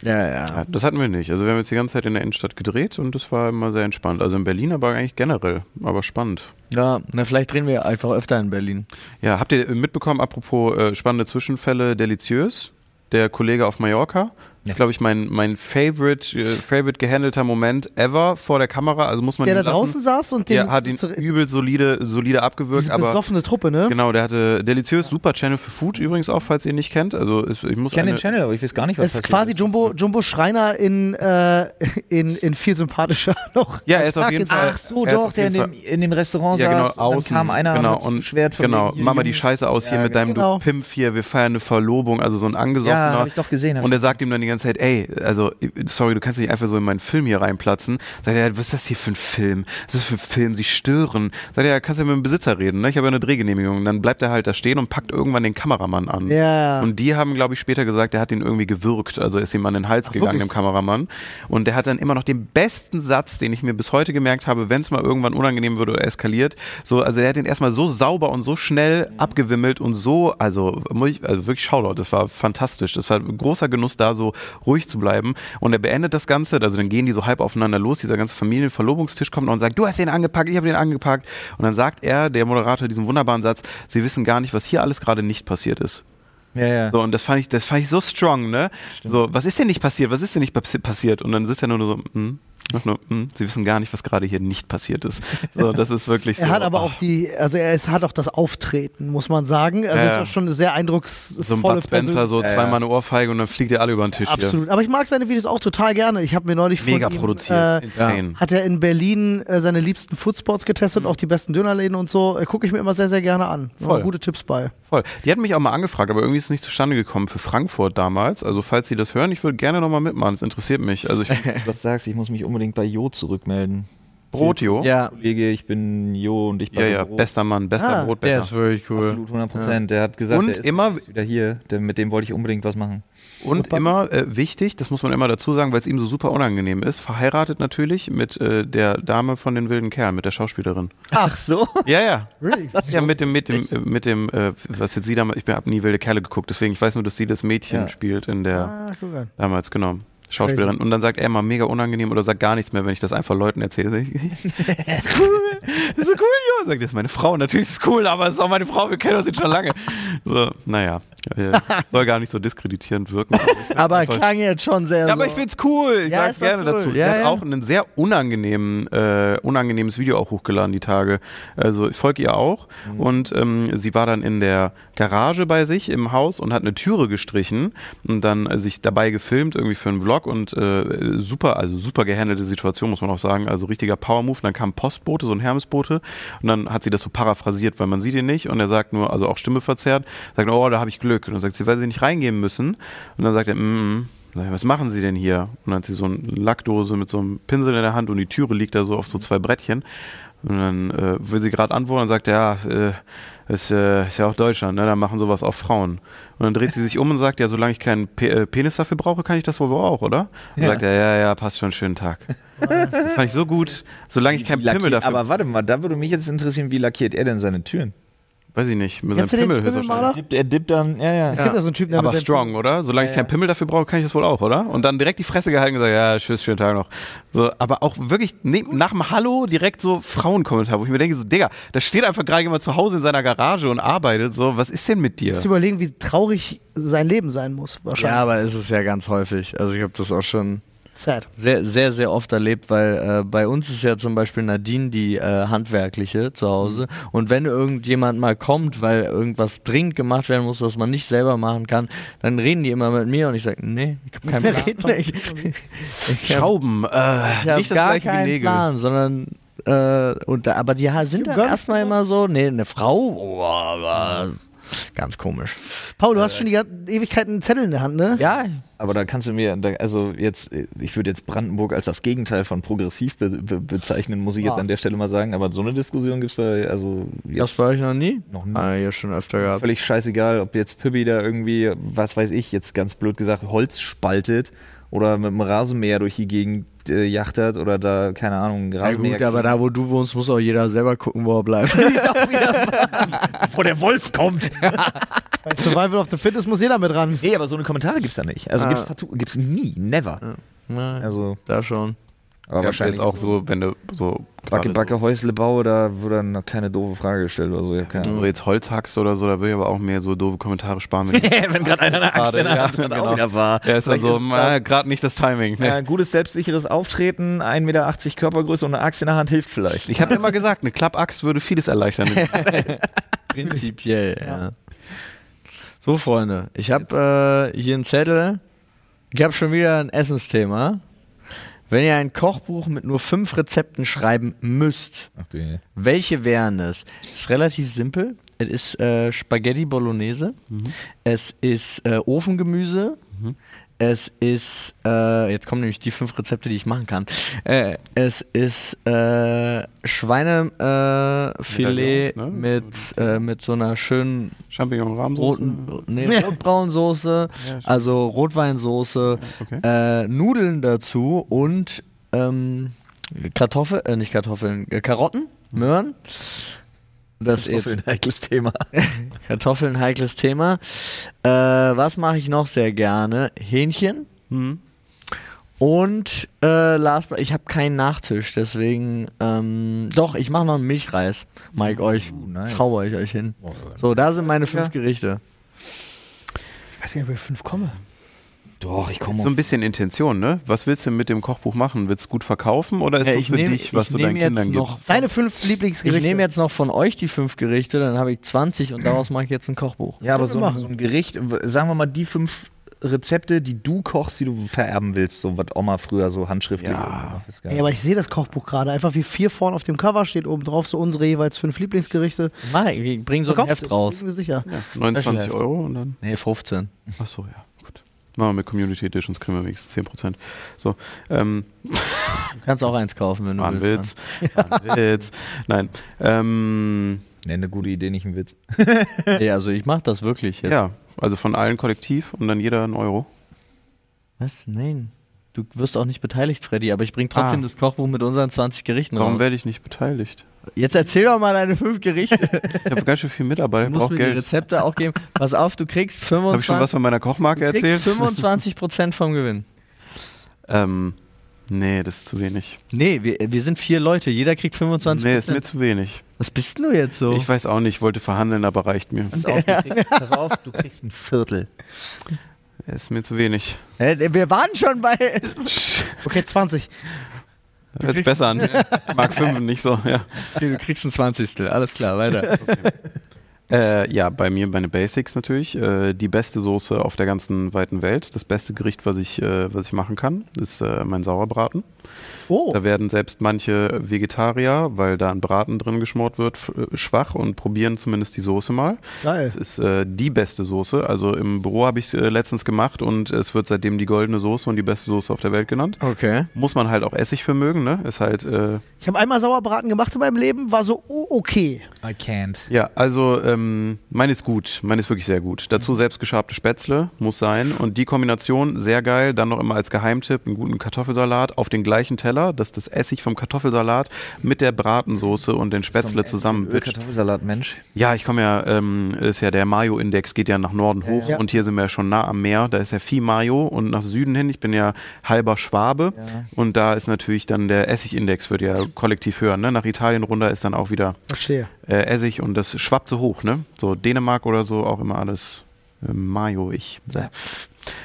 Ja, ja. Ja, Das hatten wir nicht. Also wir haben jetzt die ganze Zeit in der Innenstadt gedreht und das war immer sehr entspannt. Also in Berlin, aber eigentlich generell, aber spannend. Ja, na, vielleicht drehen wir einfach öfter in Berlin. Ja, habt ihr mitbekommen, apropos äh, spannende Zwischenfälle, Deliziös, der Kollege auf Mallorca. Das ist, glaube ich, mein, mein favorite, äh, favorite gehandelter Moment ever vor der Kamera. Also muss man Der da ihn lassen. draußen saß und den Der hat ihn zu- übel solide, solide abgewürgt, diese aber. besoffene Truppe, ne? Genau, der hatte Deliziös, super Channel für Food übrigens auch, falls ihr ihn nicht kennt. Also es- ich muss Ich kenne den eine- Channel, aber ich weiß gar nicht, was Das ist passiert quasi Jumbo, Jumbo Schreiner in, äh, in, in viel sympathischer noch. Ja, er ist Ich auf mag jeden ihn. Fall- Ach so, Er hat doch, auf der in jeden dem, in dem Restaurant Ja, genau, saß. und außen. Dann kam einer genau, und, hat und das Schwert von Genau, dem hier- Mama, die Scheiße aus hier Ja, mit deinem genau. Du Pimpf hier, wir feiern eine Verlobung, also so ein angesoffener. Ja, hab ich doch gesehen, hab Und ich er sagt ihm dann die ganze Zeit, ey, also, sorry, du kannst nicht einfach so in meinen Film hier reinplatzen. Sagt er, was ist das hier für ein Film? Was ist das für ein Film? Sie stören. Sagt er, kannst du mit dem Besitzer reden, ne? Ich habe ja eine Drehgenehmigung. Und dann bleibt er halt da stehen und packt irgendwann den Kameramann an. Ja. Und die haben, glaube ich, später gesagt, er hat ihn irgendwie gewürgt. Also ist ihm an den Hals gegangen, dem Kameramann. Und der hat dann immer noch den besten Satz, den ich mir bis heute gemerkt habe, wenn es mal irgendwann unangenehm wird oder eskaliert. So, also der hat den erstmal so sauber und so schnell abgewimmelt und so, also, muss ich, also wirklich Shoutout, das war fantastisch. Das war ein großer Genuss da, so ruhig zu bleiben. Und er beendet das Ganze, also dann gehen die so halb aufeinander los, dieser ganze Familienverlobungstisch kommt noch und sagt, du hast den angepackt, ich habe den angepackt. Und dann sagt er, der Moderator, diesen wunderbaren Satz, sie wissen gar nicht, was hier alles gerade nicht passiert ist. Ja, ja. So, und das fand ich, das fand ich so strong, ne? So, was ist denn nicht passiert? Was ist denn nicht passi- passiert? Und dann sitzt er nur so, hm, macht nur, hm, sie wissen gar nicht, was gerade hier nicht passiert ist. So, das ist wirklich so. oh. Er hat aber ach, auch die, also er ist, hat auch das Auftreten, muss man sagen. Also Ja, ist ja. auch schon eine sehr so eindrucksvolle ein Bud Spencer, Persönlichkeit. so zweimal eine Ohrfeige und dann fliegt ihr alle über den Tisch Absolut. Aber ich mag seine Videos auch total gerne. Ich habe mir neulich hier. Mega von ihm, produziert. Äh, Insane. hat er in Berlin äh, seine liebsten Foodspots getestet, und auch die besten Dönerläden und so. Äh, Gucke ich mir immer sehr, sehr gerne an. Immer Mhm. Voll. Gute Tipps bei. Voll. Die hatten mich auch mal angefragt, aber irgendwie ist es nicht zustande gekommen für Frankfurt damals. Also, falls sie das hören, ich würde gerne nochmal mitmachen. Das interessiert mich. Also, ich Du was sagst, ich muss mich unbedingt bei Jo zurückmelden. Brotio. Ja, Kollege, ich bin Jo und ich ja, bin ja, Brot. bester Mann, bester Ah, der Brotbäcker. ist wirklich cool. Absolut 100 Prozent. Der hat gesagt, Und der ist immer- ist wieder hier. Der, mit dem wollte ich unbedingt was machen. Und immer äh, wichtig, das muss man immer dazu sagen, weil es ihm so super unangenehm ist, verheiratet natürlich mit äh, der Dame von den wilden Kerlen, mit der Schauspielerin. Ach so? Ja, ja. Really? Ja, mit dem, mit dem, äh, mit dem, äh, was jetzt sie damals, ich habe nie wilde Kerle geguckt, deswegen ich weiß nur, dass sie das Mädchen Ja. spielt in der Ah, guck an. damals, genau. Schauspielerin. Und dann sagt er immer mega unangenehm oder sagt gar nichts mehr, wenn ich das einfach Leuten erzähle. Ich, cool, das ist so cool, ja. Sagt, das ist meine Frau. Natürlich ist es cool, aber es ist auch meine Frau, wir kennen uns jetzt schon lange. So, naja. Äh, Soll gar nicht so diskreditierend wirken. ne? Aber klang jetzt schon sehr Ja, aber so. ich find's cool. Ich Ja, sag's ist doch gerne cool. dazu. Ja, der ja. hat auch ein sehr unangenehmen, äh, unangenehmes Video auch hochgeladen die Tage. Also ich folge ihr auch Mhm. und ähm, sie war dann in der Garage bei sich im Haus und hat eine Türe gestrichen und dann äh, sich dabei gefilmt irgendwie für einen Vlog und äh, super, also super gehandelte Situation muss man auch sagen. Also richtiger Power Move. Und dann kam ein Postbote, so ein Hermesbote und dann hat sie das so paraphrasiert, weil man sieht ihn nicht und er sagt nur, also auch Stimme verzerrt, sagt oh da habe ich Glück und dann sagt sie, weil sie nicht reingehen müssen und dann sagt er mm, mm. Sag ich, was machen Sie denn hier? Und dann hat sie so eine Lackdose mit so einem Pinsel in der Hand und die Türe liegt da so auf so zwei Brettchen. Und dann äh, will sie gerade antworten und sagt, ja, äh, ist, äh, ist ja auch Deutschland, ne? da machen sowas auch Frauen. Und dann dreht sie sich um und sagt, ja, solange ich keinen Pe äh, Penis dafür brauche, kann ich das wohl auch, oder? Und sagt er, ja, ja, passt schon, schönen Tag. das fand ich so gut, solange ich keinen Pimmel Lackiert, dafür aber warte mal, da würde mich jetzt interessieren, wie lackiert er denn seine Türen? Weiß ich nicht, mit seinem Kennst du den Pimmel Pimmelmaler? höchstwahrscheinlich. Dippt, er dippt dann, ja, ja. Es gibt ja so einen Typen, der Aber mit seinem- strong, oder? Solange ich keinen Pimmel dafür brauche, kann ich das wohl auch, oder? Und dann direkt die Fresse gehalten und gesagt, ja, tschüss, schönen Tag noch. So, aber auch wirklich ne, nach dem Hallo direkt so Frauenkommentar, wo ich mir denke, so, Digga, da steht einfach gerade jemand zu Hause in seiner Garage und arbeitet, so, was ist denn mit dir? Zu überlegen, wie traurig sein Leben sein muss. Wahrscheinlich. Ja, aber ist es ja ganz häufig. Also ich habe das auch schon Sad. sehr, sehr, sehr oft erlebt, weil äh, bei uns ist ja zum Beispiel Nadine die äh, handwerkliche zu Hause. Mhm. Und wenn irgendjemand mal kommt, weil irgendwas dringend gemacht werden muss, was man nicht selber machen kann, dann reden die immer mit mir und ich sage, nee, ich habe keinen Plan. Red Neck. Ich, ich habe Schrauben, äh, ich hab nicht das gar gleiche wie keinen Nägel. Plan, sondern äh, und da, aber die ha- sind dann gar nicht erstmal immer so, nee, eine Frau, oh, aber ganz komisch. Paul, du hast schon die ganzen Ewigkeiten einen Zettel in der Hand, ne? Ja, Aber da kannst du mir, da, also jetzt, äh, ich würde jetzt Brandenburg als das Gegenteil von progressiv be, be, bezeichnen, muss ich jetzt Ah. an der Stelle mal sagen. Aber so eine Diskussion gibt es bei, also das jetzt war ich noch nie. Noch nie. Ah, ja, schon öfter gehabt. völlig scheißegal, ob jetzt Pippi da irgendwie, was weiß ich, jetzt ganz blöd gesagt, Holz spaltet oder mit dem Rasenmäher durch die Gegend äh, jachtert oder da, keine Ahnung, Ja Rasenmäher. gut, aber da wo du wohnst, muss auch jeder selber gucken, wo er bleibt. wo der Wolf kommt. Bei Survival of the Fittest muss jeder mit ran. nee, aber so eine Kommentare gibt es da nicht. Also Ah. gibt's partout- gibt's nie, never. Also, da schon. aber Ja, jetzt auch so, wenn du so Backe, gerade Backe, Häusle bau, da wurde dann noch keine doofe Frage gestellt oder so. Ich hab keine So, Ahnung. so jetzt Holz hackst oder so, da will ich aber auch mehr so doofe Kommentare sparen. Wenn ich wenn gerade einer eine Axt in der Ja, Hand hat, genau. auch wieder war. ja, ist dann so, ah, äh, gerade nicht das Timing. Ne? Ja, gutes, selbstsicheres Auftreten, 1,80 Meter Körpergröße und eine Axt in der Hand hilft vielleicht. Ich habe immer gesagt, eine Klappaxt würde vieles erleichtern. Prinzipiell, ja. So, Freunde, ich habe äh, hier einen Zettel. Ich habe schon wieder ein Essensthema. Wenn ihr ein Kochbuch mit nur fünf Rezepten schreiben müsst, Ach du, ja. welche wären es? Ist relativ simpel. Es ist äh, Spaghetti Bolognese. Mhm. Es ist äh, Ofengemüse. Es ist, äh, jetzt kommen nämlich die fünf Rezepte, die ich machen kann. Äh, es ist äh, Schweinefilet äh, Filet ne? mit, äh, mit so einer schönen roten, Champignon-Rahmsoße. nee, Rotbraunsoße, also Rotweinsoße, okay. äh, Nudeln dazu und ähm, Kartoffeln, äh, nicht Kartoffeln, äh, Karotten, Möhren. Das Ist jetzt Hm. ein heikles Thema. Kartoffeln, heikles Thema. Äh, was mache ich noch sehr gerne? Hähnchen. Mhm. Und äh, last but, ich habe keinen Nachtisch, deswegen ähm, doch, ich mache noch einen Milchreis. Mike euch, Hm, nice. zauber ich euch hin. So, da sind meine fünf Gerichte. Ich weiß nicht, ob ich auf fünf komme. Doch, ich So komme. ein bisschen Intention, ne? Was willst du mit dem Kochbuch machen? Willst du gut verkaufen oder ist Äh, das ich für nehm- dich, was ich du deinen nehm jetzt Kindern noch- gibst? Deine fünf Ich Lieblingsgerichte. nehme jetzt noch von euch die fünf Gerichte, dann habe ich 20 und daraus mache ich jetzt ein Kochbuch. Ja, aber so, ein- machen. so ein Gericht, w- sagen wir mal die fünf Rezepte, die du kochst, die du vererben willst, so was Oma früher so handschriftlich. Ja. Ist Ey, geil. aber ich sehe das Kochbuch gerade. Einfach wie vier vorne auf dem Cover steht oben drauf, so unsere jeweils fünf Lieblingsgerichte. Mach ich, ich bring so ein Heft raus. Bin mir sicher. Ja, 29 Special. Euro und dann. Nee, 15. Achso, ja, gut. Machen wir mit Community Editions, kriegen wir wenigstens 10%. So, ähm, Du kannst auch eins kaufen, wenn du war ein Witz. willst. War ein Witz. Nein. Ähm, Nenn eine gute Idee, nicht ein Witz. Nee, also ich mache das wirklich jetzt. ja, also von allen kollektiv und dann jeder einen Euro. Was? Nein. Du wirst auch nicht beteiligt, Freddy, aber ich bring trotzdem Ah. das Kochbuch mit unseren 20 Gerichten Warum raus. werde ich nicht beteiligt? Jetzt erzähl doch mal deine fünf Gerichte. Ich habe ganz schön viel Du Mitarbeiter, musst brauche mir die Geld. Rezepte auch geben. Pass auf, du kriegst Habe ich schon was 25, von meiner Kochmarke du kriegst erzählt? 25 Prozent vom Gewinn. Ähm, nee, das ist zu wenig. Nee, wir, wir sind vier Leute, jeder kriegt 25 Nee, ist mir zu wenig. Was bist denn du jetzt so? Ich weiß auch nicht, wollte verhandeln, aber reicht mir. Pass auf, du kriegst, pass auf, du kriegst ein Viertel. Ist mir zu wenig. Äh, wir waren schon bei... Okay, 20. Hört sich besser an. Mark 5 nicht so, ja. Okay, du kriegst ein Zwanzigstel, alles klar, weiter. Äh, ja, bei mir meine Basics natürlich. Äh, die beste Soße auf der ganzen weiten Welt. Das beste Gericht, was ich, äh, was ich machen kann, ist äh, mein Sauerbraten. Oh, Da werden selbst manche Vegetarier, weil da ein Braten drin geschmort wird, f- äh, schwach und probieren zumindest die Soße mal. geil. Es ist äh, die beste Soße. Also im Büro habe ich es äh, letztens gemacht und es wird seitdem die goldene Soße und die beste Soße auf der Welt genannt. Okay. Muss man halt auch Essig für mögen, ne? Ist halt, äh, Ich habe einmal Sauerbraten gemacht in meinem Leben, war so oh, okay. I can't. ja, also ähm, meine ist gut. Meine ist wirklich sehr gut. Dazu selbstgeschabte Spätzle, muss sein. Und die Kombination, sehr geil. Dann noch immer als Geheimtipp einen guten Kartoffelsalat auf den gleichen Teller, dass das Essig vom Kartoffelsalat mit der Bratensoße und den Spätzle zusammenwischt. Kartoffelsalat, Mensch. Ja, ich komme ja, ähm, ist ja der Mayo-Index geht ja nach Norden hoch Ja. und hier sind wir ja schon nah am Meer. Da ist ja viel Mayo und nach Süden hin. Ich bin ja halber Schwabe und da ist natürlich dann der Essig-Index wird ja kollektiv höher. Ne? Nach Italien runter ist dann auch wieder Verstehe. äh, Essig und das schwappt so hoch, ne? So Dänemark oder so, auch immer alles äh, Mayo, ich. Bäh.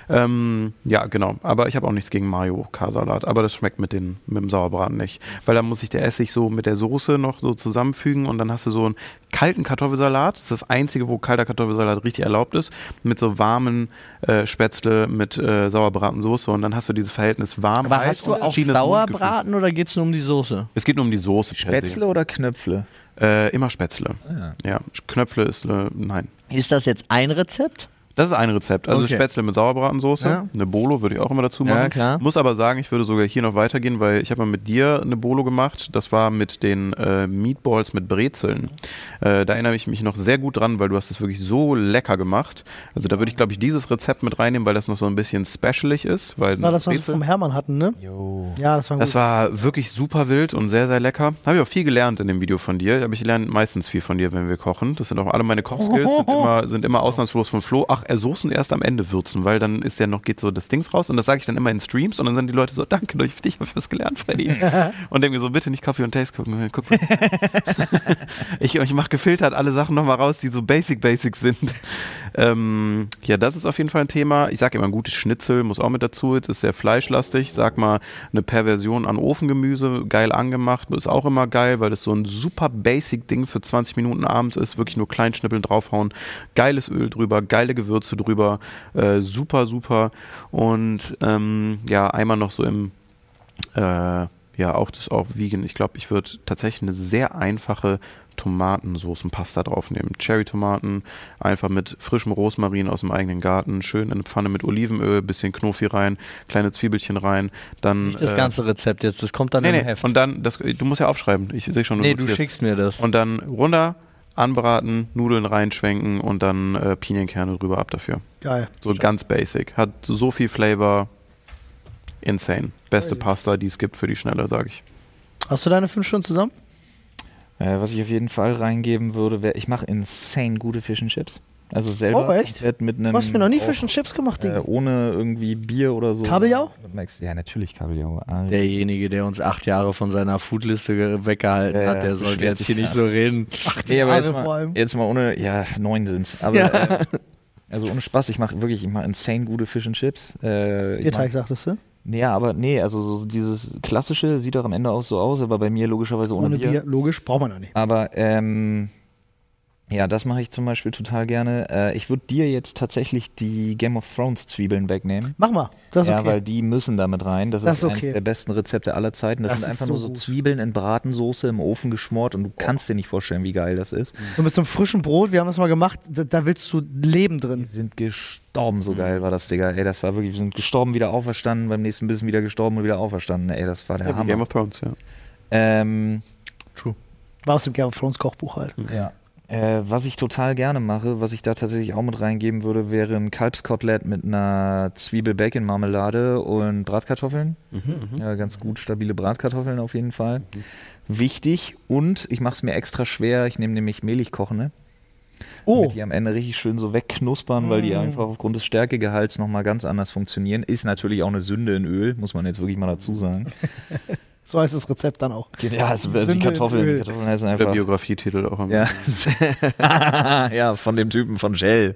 Ähm, ja, genau. Aber ich habe auch nichts gegen Mayo, Kasalat. Aber das schmeckt mit, den, mit dem Sauerbraten nicht. Weil da muss sich der Essig so mit der Soße noch so zusammenfügen und dann hast du so einen kalten Kartoffelsalat. Das ist das Einzige, wo kalter Kartoffelsalat richtig erlaubt ist. Mit so warmen äh, Spätzle mit äh, Sauerbratensoße und dann hast du dieses Verhältnis warm, Aber heiß hast du und auch verschiedenes Mundgefühl. Sauerbraten oder geht's nur um die Soße? Es geht nur um die Soße. per se. Spätzle oder Knöpfle? Äh, immer Spätzle. Ah, ja. Knöpfle ist, äh, nein. Ist das jetzt ein Rezept? Das ist ein Rezept. Also Okay. Spätzle mit Sauerbratensoße. Ja. Eine Bolo würde ich auch immer dazu Ja, machen. klar. Muss aber sagen, ich würde sogar hier noch weitergehen, weil ich habe mal mit dir eine Bolo gemacht. Das war mit den äh, Meatballs mit Brezeln. Äh, da erinnere ich mich noch sehr gut dran, weil du hast es wirklich so lecker gemacht. Also da würde ich, glaube ich, dieses Rezept mit reinnehmen, weil das noch so ein bisschen specialig ist. Weil Das war das, was wir Brezel- vom Hermann hatten, ne? Jo. Ja, das war ein das gutes- war wirklich super wild und sehr, sehr lecker. Habe ich auch viel gelernt in dem Video von dir. Aber ich lerne meistens viel von dir, wenn wir kochen. Das sind auch alle meine Kochskills, sind immer, sind immer ausnahmslos von Flo. Ach, er Soßen erst am Ende würzen, weil dann ist ja noch, geht so das Dings raus und das sage ich dann immer in Streams und dann sind die Leute so, danke, durch dich habe ich was gelernt, Freddy. und denken so, bitte nicht Copy und Taste gucken. Guck mal. ich ich mache gefiltert alle Sachen nochmal raus, die so basic, basic sind. Ähm, ja, das ist auf jeden Fall ein Thema. Ich sage immer, ein gutes Schnitzel muss auch mit dazu. Jetzt ist sehr fleischlastig. Sag mal, eine Perversion an Ofengemüse, geil angemacht, ist auch immer geil, weil das so ein super basic Ding für 20 Minuten abends ist. Wirklich nur klein schnippeln draufhauen. Geiles Öl drüber, geile Gewürze drüber. Äh, super, super. Und ähm, ja, einmal noch so im äh, ja, auch das auf Vegan. Ich glaube, ich würde tatsächlich eine sehr einfache Tomatensoßenpasta draufnehmen. Cherry-Tomaten, einfach mit frischem Rosmarin aus dem eigenen Garten, schön in eine Pfanne mit Olivenöl, bisschen Knofi rein, kleine Zwiebelchen rein, dann. äh, Nicht das ganze Rezept jetzt, das kommt dann Nee, im nee. Heft. Und dann, das, du musst ja aufschreiben. Ich sehe schon, nee, du notierst. schickst mir das. Und dann runter, anbraten, Nudeln reinschwenken und dann äh, Pinienkerne drüber ab dafür. geil. So ganz basic. Hat so viel Flavor. Insane. Beste Geil. Pasta, die es gibt für die Schnelle, sage ich. Hast du deine fünf Stunden zusammen? Äh, was ich auf jeden Fall reingeben würde, wäre, ich mache insane gute Fish and Chips. Also selber Oh, echt? komplett mit einem. Du hast mir noch nie auch, Fisch und Chips gemacht, äh, Digga. Ohne irgendwie Bier oder so. Kabeljau? Max- Ja, natürlich Kabeljau. Alter. Derjenige, der uns acht Jahre von seiner Foodliste ge- weggehalten Ja, hat, der sollte beschwert jetzt sich hier nicht so reden. Nee, aber Jahre jetzt vor mal, allem. jetzt mal ohne, ja, neun sind's. Aber, Ja. äh, also ohne Spaß, ich mache wirklich, ich mache insane gute Fish and Chips. Äh, ich Ihr mach- Teig, ne? sagtest du? nee, ja, aber nee, also so dieses klassische sieht doch am Ende auch so aus, aber bei mir logischerweise ohne, Ohne Bier. Bier, logisch, braucht man doch nicht. Aber ähm, ja, das mache ich zum Beispiel total gerne. Äh, ich würde dir jetzt tatsächlich die Game of Thrones Zwiebeln wegnehmen. Mach mal, das ist ja, weil okay. die müssen damit rein. Das, Das ist ist okay. eines der besten Rezepte aller Zeiten. Das, Das sind ist einfach so nur so gut. Zwiebeln in Bratensoße im Ofen geschmort und du kannst dir nicht vorstellen, wie geil das ist. So mit so einem frischen Brot, wir haben das mal gemacht, da, da willst du Leben drin. Die sind gestorben, Mhm. so geil war das, Digga. Ey, das war wirklich, wir sind gestorben, wieder auferstanden, beim nächsten Bissen wieder gestorben und wieder auferstanden. Ey, das war der Ja, wie Game Hammer. of Thrones, ja. Ähm, War aus dem Game of Thrones Kochbuch halt. ja. Äh, was ich total gerne mache, was ich da tatsächlich auch mit reingeben würde, wäre ein Kalbskotelett mit einer Zwiebel-Bacon-Marmelade und Bratkartoffeln. Mhm, Ja, ganz gut stabile Bratkartoffeln auf jeden Fall. Wichtig und ich mache es mir extra schwer, ich nehme nämlich ne? mehlig kochende. Oh, Mm. damit die am Ende richtig schön so wegknuspern, weil die einfach aufgrund des Stärkegehalts nochmal ganz anders funktionieren. Ist natürlich auch eine Sünde in Öl, muss man jetzt wirklich mal dazu sagen. so heißt das Rezept dann auch. Ja, also Sünde die in Kartoffeln, die Öl. Kartoffeln heißen Der einfach. Biografietitel auch immer. Ja. ja, von dem Typen von Shell.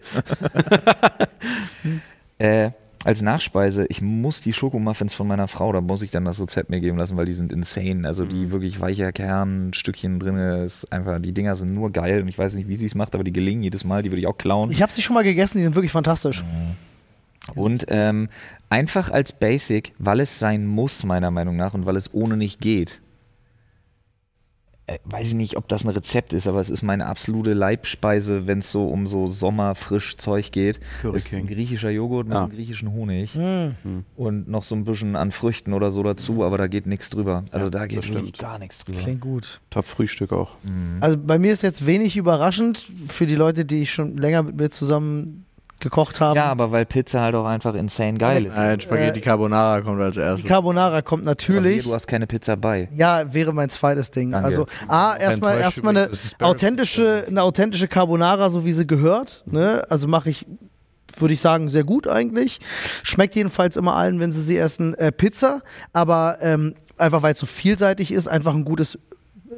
äh, als Nachspeise, ich muss die Schokomuffins von meiner Frau, da muss ich dann das Rezept mir geben lassen, weil die sind insane. Also Mm. die wirklich weicher Kern, Stückchen drin ist einfach, die Dinger sind nur geil und ich weiß nicht, wie sie es macht, aber die gelingen jedes Mal, die würde ich auch klauen. Ich habe sie schon mal gegessen, die sind wirklich fantastisch. Und ähm, einfach als Basic, weil es sein muss, meiner Meinung nach, und weil es ohne nicht geht. Äh, weiß ich nicht, ob das ein Rezept ist, aber es ist meine absolute Leibspeise, wenn es so um so Sommerfrisch-Zeug geht. Curry ist ein King. griechischer Joghurt mit Ah. Hm. einem griechischen Honig Hm. und noch so ein bisschen an Früchten oder so dazu, aber da geht nichts drüber. Also da geht das wirklich stimmt. gar nichts drüber. Klingt gut. Top Frühstück auch. Also bei mir ist jetzt wenig überraschend für die Leute, die ich schon länger mit mir zusammen gekocht haben. Ja, aber weil Pizza halt auch einfach insane geil ist. Nein, Spaghetti Carbonara kommt als Die erstes. Carbonara kommt Aber hier, natürlich. Du hast keine Pizza bei. Ja, wäre mein zweites Ding. Danke. Also A, erstmal Enttäuscht erstmal eine übrigens, dass es Barrett's authentische, eine authentische Carbonara, so wie sie gehört. Ne? Also mache ich, würde ich sagen, sehr gut eigentlich. Schmeckt jedenfalls immer allen, wenn sie sie essen, äh, Pizza. Aber ähm, einfach weil es so vielseitig ist, einfach ein gutes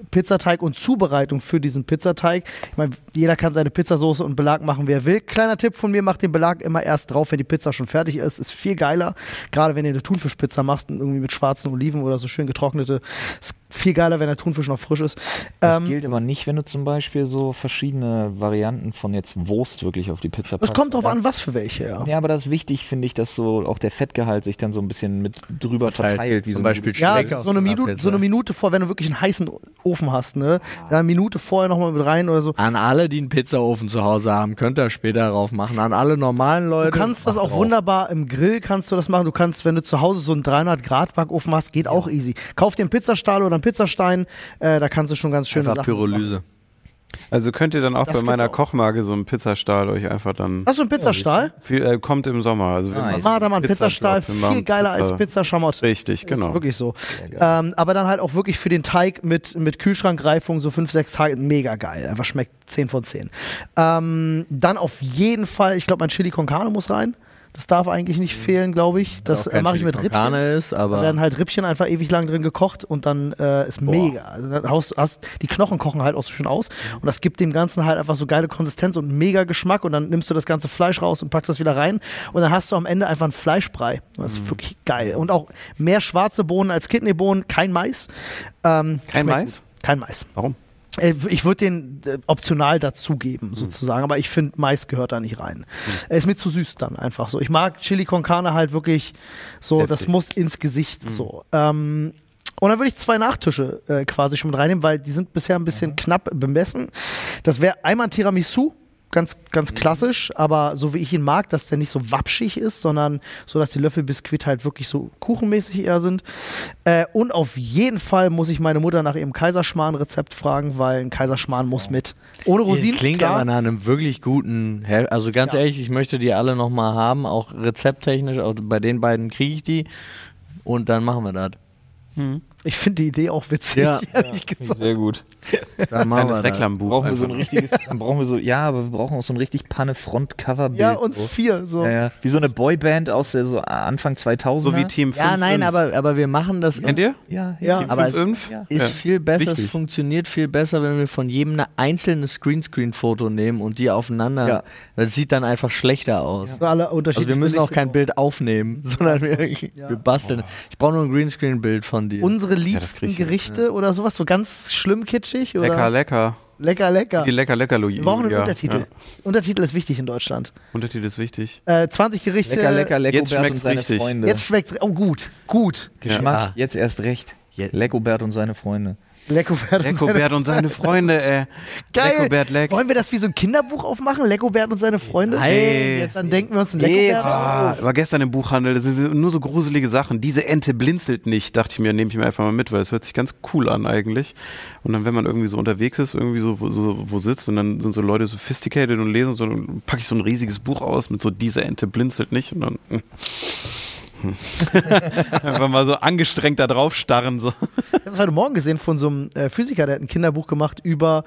Pizzateig und Zubereitung für diesen Pizzateig. Ich meine, jeder kann seine Pizzasoße und Belag machen, wer will. Kleiner Tipp von mir, macht den Belag immer erst drauf, wenn die Pizza schon fertig ist. Ist viel geiler, gerade wenn ihr eine Thunfischpizza macht und irgendwie mit schwarzen Oliven oder so schön getrocknete. Ist viel geiler, wenn der Thunfisch noch frisch ist. Das Ähm, gilt aber nicht, wenn du zum Beispiel so verschiedene Varianten von jetzt Wurst wirklich auf die Pizza packst. es kommt drauf an, was für welche, ja. Ja, aber das ist wichtig, finde ich, dass so auch der Fettgehalt sich dann so ein bisschen mit drüber verteilt. wie so Zum ein Beispiel gutes- Ja, Steak aus so eine, einer Minute, Pizza. so eine Minute vor, wenn du wirklich einen heißen Ofen hast, ne? Dann eine Minute vorher nochmal mit rein oder so. An alle, die einen Pizzaofen zu Hause haben, könnt ihr später drauf machen. An alle normalen Leute. Du kannst das macht auch drauf. wunderbar im Grill kannst du das machen. Du kannst, wenn du zu Hause so einen 300 Grad Backofen hast, geht auch easy. Kauf dir einen Pizzastahl oder einen Pizzastein, äh, da kannst du schon ganz schöne Einfach Sachen. machen. Pyrolyse. Also könnt ihr dann auch Das bei gibt's meiner auch. Kochmarke so einen Pizzastahl euch einfach dann. Hast du einen Pizzastahl? Viel, äh, kommt im Sommer. Also wir Nice. machen Ah, da mal einen Pizzastahl, Pizzajob, wir machen viel geiler als Pizzaschamott. Richtig, Ist genau. wirklich so. Ähm, aber dann halt auch wirklich für den Teig mit, mit Kühlschrankreifung so 5, 6 Tage. Mega geil. Einfach schmeckt 10 von 10. Ähm, dann auf jeden Fall, ich glaube, mein Chili con Carne muss rein. Das darf eigentlich nicht fehlen, glaube ich. Das Mhm. Auch kein mache ich mit Chili con Rippchen. Carne ist, Da aber werden halt Rippchen einfach ewig lang drin gekocht und dann äh, ist mega. Also dann haust, hast, die Knochen kochen halt auch so schön aus und das gibt dem Ganzen halt einfach so geile Konsistenz und mega Geschmack und dann nimmst du das ganze Fleisch raus und packst das wieder rein und dann hast du am Ende einfach einen Fleischbrei. Das ist Mhm. wirklich geil. Und auch mehr schwarze Bohnen als Kidneybohnen, kein Mais. Ähm, Kein schmeckt Mais? gut. Kein Mais. Warum? Äh, Ich würde den äh, optional Mhm. dazugeben, sozusagen, aber ich finde, Mais gehört da nicht rein. Äh, Ist mir zu süß dann einfach so. Ich mag Chili con Carne halt wirklich so, das Heftig. muss ins Mhm. Gesicht so. Ähm, und dann würde ich zwei Nachtische äh, quasi schon mit reinnehmen, weil die sind bisher ein Mhm. bisschen knapp bemessen. Das wäre einmal ein Tiramisu, ganz, Mhm. ganz klassisch, aber so wie ich ihn mag, dass der nicht so wapschig ist, sondern so, dass die Löffel Biskuit halt wirklich so kuchenmäßig eher sind. Äh, und auf jeden Fall muss ich meine Mutter nach ihrem Kaiserschmarrn-Rezept fragen, weil ein Kaiserschmarrn muss mit. Ohne Rosinen, klingt klar. aber nach einem wirklich guten. Hel also ganz Ja. ehrlich, ich möchte die alle nochmal haben, auch rezepttechnisch. Auch bei den beiden kriege ich die und dann machen wir das. ich finde die Idee auch witzig, Ja. ehrlich gesagt. Sehr gut. Dann ne? machen Kleines Reklambuch. Brauchen wir so ein einfach. richtiges, dann brauchen wir so, ja, aber wir brauchen auch so ein richtig Panne-Front-Cover-Bild. Ja, uns so. vier. So. ja, ja. Wie so eine Boyband aus der so Anfang 2000 So wie Team 5. Ja, nein, aber, aber wir machen das. Kennt ihr? Ja, Ja. Team Aber es 5? Ja. ist Ja. viel besser, es Wichtig. funktioniert viel besser, wenn wir von jedem ein einzelnes Greenscreen-Foto nehmen und die aufeinander. Ja. Das sieht dann einfach schlechter aus. So Alle Also wir unterschiedlich müssen auch belegte kein Bohnen. Bild aufnehmen, sondern wir, wir basteln. Oh. Ich brauche nur ein Greenscreen-Bild von dir. Unsere das liebsten krieg ich hin, Gerichte oder sowas, so ganz schlimm kitschig oder Lecker, lecker. lecker. lecker. Die lecker, lecker, Luigi. Wir brauchen einen ja. Untertitel. Ja. Untertitel ist wichtig in Deutschland. Untertitel ist wichtig. Äh, 20 Gerichte. Lecker, lecker, Leckobert Jetzt und schmeckt's seine richtig. Freunde. Jetzt schmeckt Oh, gut, gut. Geschmack, Ja. jetzt erst recht. Leckobert und seine Freunde. Leckobert. und seine- Leckobert und seine Freunde, ey. Geil. Leckobert, leck. Wollen wir das wie so ein Kinderbuch aufmachen? Leckobert und seine Freunde? Ey. Jetzt Dann denken wir uns ein Nee, Leckobert. Ah, war gestern im Buchhandel, das sind nur so gruselige Sachen. Diese Ente blinzelt nicht, dachte ich mir, nehme ich mir einfach mal mit, weil es hört sich ganz cool an eigentlich. Und dann, wenn man irgendwie so unterwegs ist, irgendwie so wo, so, wo sitzt und dann sind so Leute sophisticated und lesen so, dann packe ich so ein riesiges Buch aus mit so, diese Ente blinzelt nicht und dann hm. einfach mal so angestrengt da drauf starren. So. Ich habe das heute Morgen gesehen von so einem äh, Physiker, der hat ein Kinderbuch gemacht über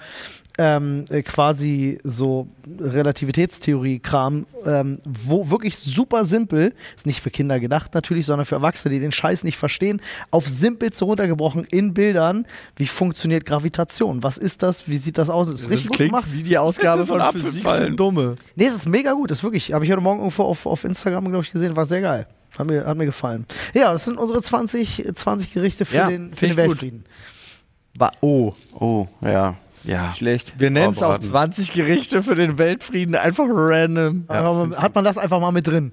ähm, äh, quasi so Relativitätstheorie-Kram, ähm, wo wirklich super simpel, ist nicht für Kinder gedacht natürlich, sondern für Erwachsene, die den Scheiß nicht verstehen, auf simpelste runtergebrochen in Bildern, wie funktioniert Gravitation, was ist das, wie sieht das aus, das ist richtig gut gemacht. wie die Ausgabe Das ist so ein von Physik für Apfelfallen. Dumme. Nee, es ist mega gut, das ist wirklich, habe ich heute Morgen irgendwo auf, auf Instagram, glaube ich, gesehen, war sehr geil. Hat mir, hat mir gefallen. Ja, das sind unsere 20, 20 Gerichte für Ja, den, für find den ich gut. Weltfrieden. Ba oh, Oh, ja. Ja. Schlecht. wir nennen es auch Vorbereiten. 20 Gerichte für den Weltfrieden, einfach random. Einfach mal- hat man das einfach mal mit drin.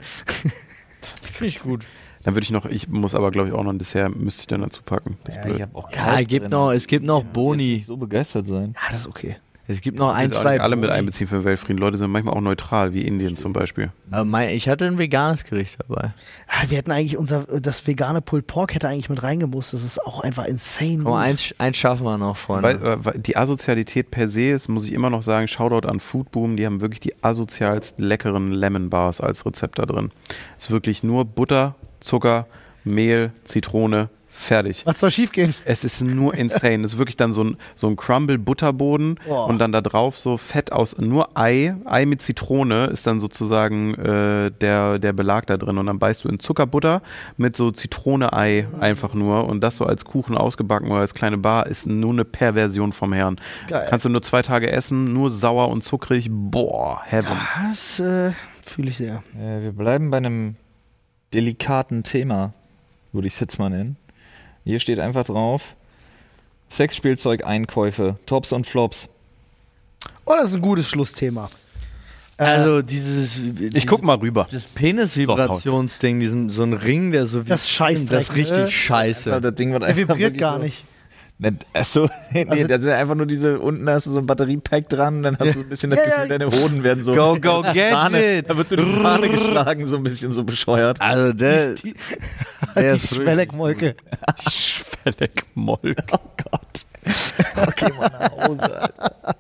Richtig gut. Dann würde ich noch, ich muss aber glaube ich auch noch ein Dessert, müsste ich dann dazu packen. Das Ja, ist blöd. ich hab auch Ja, Kalb es gibt drin. noch, es gibt noch Ich Boni. so begeistert sein. Ja, das ist okay. Es gibt noch ein, Ist auch zwei. nicht alle mit einbeziehen für den Weltfrieden. Leute sind manchmal auch neutral, wie Indien zum Beispiel. Aber Äh, mein, ich hatte ein veganes Gericht dabei. Ah, Wir hätten eigentlich unser, das vegane Pulled Pork hätte eigentlich mit reingemusst. Das ist auch einfach insane. Komm, Oh, eins, eins schaffen wir noch, Freunde. Weil, äh, weil die Asozialität per se ist, muss ich immer noch sagen, Shoutout an Foodboom, die haben wirklich die asozialst leckeren Lemon Bars als Rezept da drin. Ist wirklich nur Butter, Zucker, Mehl, Zitrone, fertig. Was soll schiefgehen? Es ist nur insane. Es ist wirklich dann so ein, so ein Crumble-Butterboden Boah. und dann da drauf so Fett aus, nur Ei, Ei mit Zitrone ist dann sozusagen äh, der, der Belag da drin. Und dann beißt du in Zuckerbutter mit so Zitrone-Ei Mhm. einfach nur und das so als Kuchen ausgebacken oder als kleine Bar ist nur eine Perversion vom Herrn. Geil. Kannst du nur zwei Tage essen, nur sauer und zuckrig. Boah, heaven. Das äh, fühle ich sehr. Äh, wir bleiben bei einem delikaten Thema, würde ich es jetzt mal nennen. Hier steht einfach drauf: Sexspielzeug-Einkäufe, Tops und Flops. Oh, das ist ein gutes Schlussthema. Äh, also dieses. Ich guck mal rüber. Das Penis-Vibrationsding, diesen- so ein Ring, der so wie. Das Scheißdreck, Das ist richtig ne? Ja, scheiße. Das Ding wird er einfach vibriert wirklich gar so- nicht. Ne, Achso, nee, Also- das sind einfach nur diese, unten hast du so ein Batteriepack dran, dann hast du ein bisschen das Ja, ja. Gefühl, deine Hoden werden so. Go, go, Sahne, gadget! da wird so die Sahne geschlagen, so ein bisschen so bescheuert. Also der. der Die ist wirklich- Schwelleckmolke. Schwelleck Molk. Oh Gott. Okay, mal nach Hause, Alter.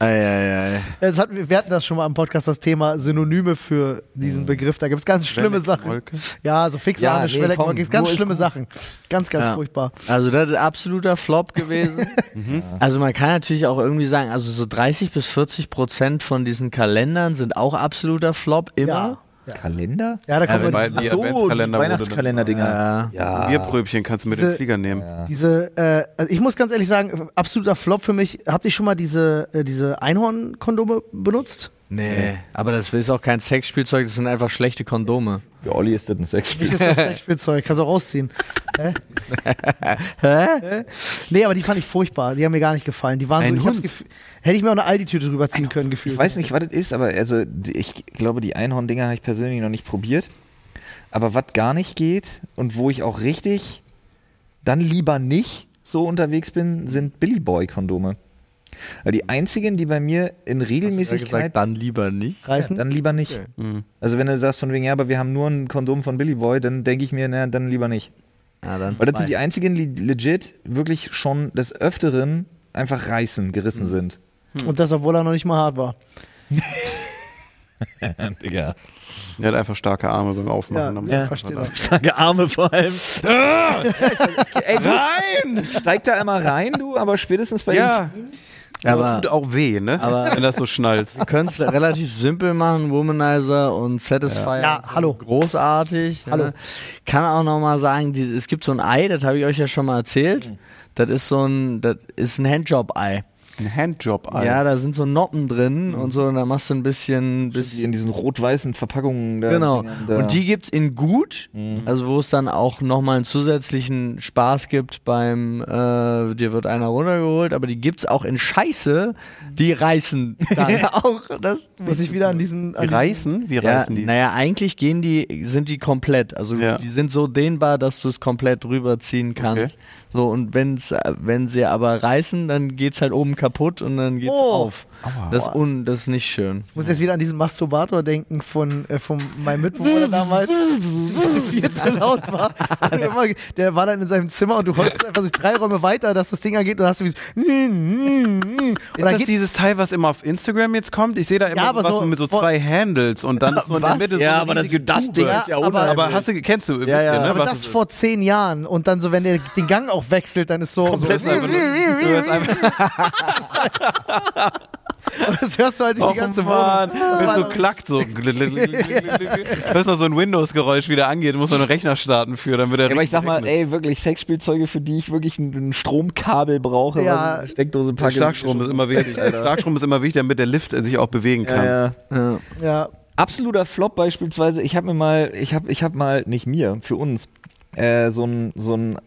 Ei, ei, ei. Das hatten wir, wir hatten das schon mal im Podcast, das Thema Synonyme für diesen Begriff. Da gibt es ganz schlimme Sachen. Schwelleck-Molke? Ja, so Fixane, Ja, ja, nee, komm, Schwelleckmolke, ganz nur ist schlimme gut. Sachen. Ganz, ganz Ja. furchtbar. Also das ist ein absoluter Flop gewesen. Also man kann natürlich auch irgendwie sagen, also so 30 bis 40 Prozent von diesen Kalendern sind auch absoluter Flop immer. Ja. Ja. Kalender? ja, da kommen wir weil- Die Adventskalender wurde Weihnachtskalender-Dinger. Ja. Bierpröbchen kannst du mit Diese- dem Flieger nehmen. Diese, äh, also ich muss ganz ehrlich sagen, absoluter Flop für mich. Habt ihr schon mal diese, äh, diese Einhorn-Kondome benutzt? Nee, aber das ist auch kein Sexspielzeug, das sind einfach schlechte Kondome. Für Olli ist das ein Sexspiel. Nicht das Sexspielzeug, kannst du auch rausziehen. Hä? Hä? Nee, aber die fand ich furchtbar. Die haben mir gar nicht gefallen. Die waren so, Ein ich hab's Hund. gef- hätte ich mir auch eine Aldi-Tüte drüber ziehen können, gefühlt. Ich weiß nicht, was das ist, aber also die- ich glaube, die Einhorn-Dinger habe ich persönlich noch nicht probiert. Aber was gar nicht geht und wo ich auch richtig dann lieber nicht so unterwegs bin, sind Billy Boy Kondome. Weil Die einzigen, die bei mir in Regelmäßigkeit dann lieber nicht. Reißen? dann lieber nicht. Okay. Also wenn du sagst von wegen, ja, aber wir haben nur ein Kondom von Billy Boy, dann denke ich mir, na, dann lieber nicht. Ja, dann Weil das sind die zwei. einzigen, die legit wirklich schon des Öfteren einfach reißen, gerissen Mhm. sind. Und das, obwohl er noch nicht mal hart war. Digga. Er hat einfach starke Arme beim Ja, Aufmachen. Dann- ja, verstehe das. Starke Arme vor allem. Ah! Ey, du, rein! Steig da einmal rein, du, aber spätestens bei Ja, Aber tut auch weh, ne? aber- Wenn das so schnallst. wir können es relativ simpel machen, Womanizer und Satisfier. Ja, sind hallo. Großartig. Hallo. Ne? Kann auch nochmal sagen, die, es gibt so ein Ei, das habe ich euch ja schon mal erzählt. Das ist so ein, das ist ein Handjob-Ei. Ein Handjob, Alter. Ja, da sind so Noppen Mhm. drin und so, und da machst du ein den, bisschen, die bisschen in diesen rot-weißen Verpackungen. Da, Genau. Dingern Da. Und die gibt's in gut, Mhm. also wo es dann auch nochmal einen zusätzlichen Spaß gibt beim, äh, dir wird einer runtergeholt, aber die gibt's auch in Scheiße, die reißen dann auch. Das Muss ich wieder an diesen. An die reißen? Wie ja, reißen die? naja, eigentlich gehen die, sind die komplett. Also Ja. die sind so dehnbar, dass du es komplett rüberziehen kannst. So, und wenn's, äh, wenn sie aber reißen, dann geht's halt oben kaputt und dann geht's Oh. auf. Das, ist un, das ist nicht schön. Ich muss jetzt wieder an diesen Masturbator denken von, äh, von meinem Mitbewohner damals, der viel zu laut war. Und immer, ge- der war dann in seinem Zimmer und du holst einfach so drei Räume weiter, dass das Ding angeht und dann hast du wie so, und Ist dann das geht dieses Teil, was immer auf Instagram jetzt kommt? Ich sehe da immer Ja, so aber was so- mit so zwei Handles und dann ist so in der Was? Mitte so eine riesige Tube. Ja, ist ja aber- unheimlich. Aber hast du, kennst du, ja, ja. ne? aber was das ist- vor zehn Jahren und dann so, wenn der den Gang auch wechselt, dann ist so, so Komplett einfach nur- du hörst einfach- das hörst du halt durch Oh die ganze Mann, Wohnung. Das wenn war so dann- klackt, so. Hörst noch so ein Windows-Geräusch wieder angeht, muss man einen Rechner starten für, dann wird er Ja, aber ich sag mal, richtig ey, wirklich Sexspielzeuge, für die ich wirklich ein, ein Stromkabel brauche, Ja. was ich in eine Steckdose Der packe. Starkstrom ist immer wichtig. Starkstrom ist immer wichtig, damit der Lift äh, sich auch bewegen kann. Ja, ja. Ja. ja, absoluter Flop beispielsweise, ich habe mir mal, ich habe ich hab mal, nicht mir, für uns, äh, so ein, so ein,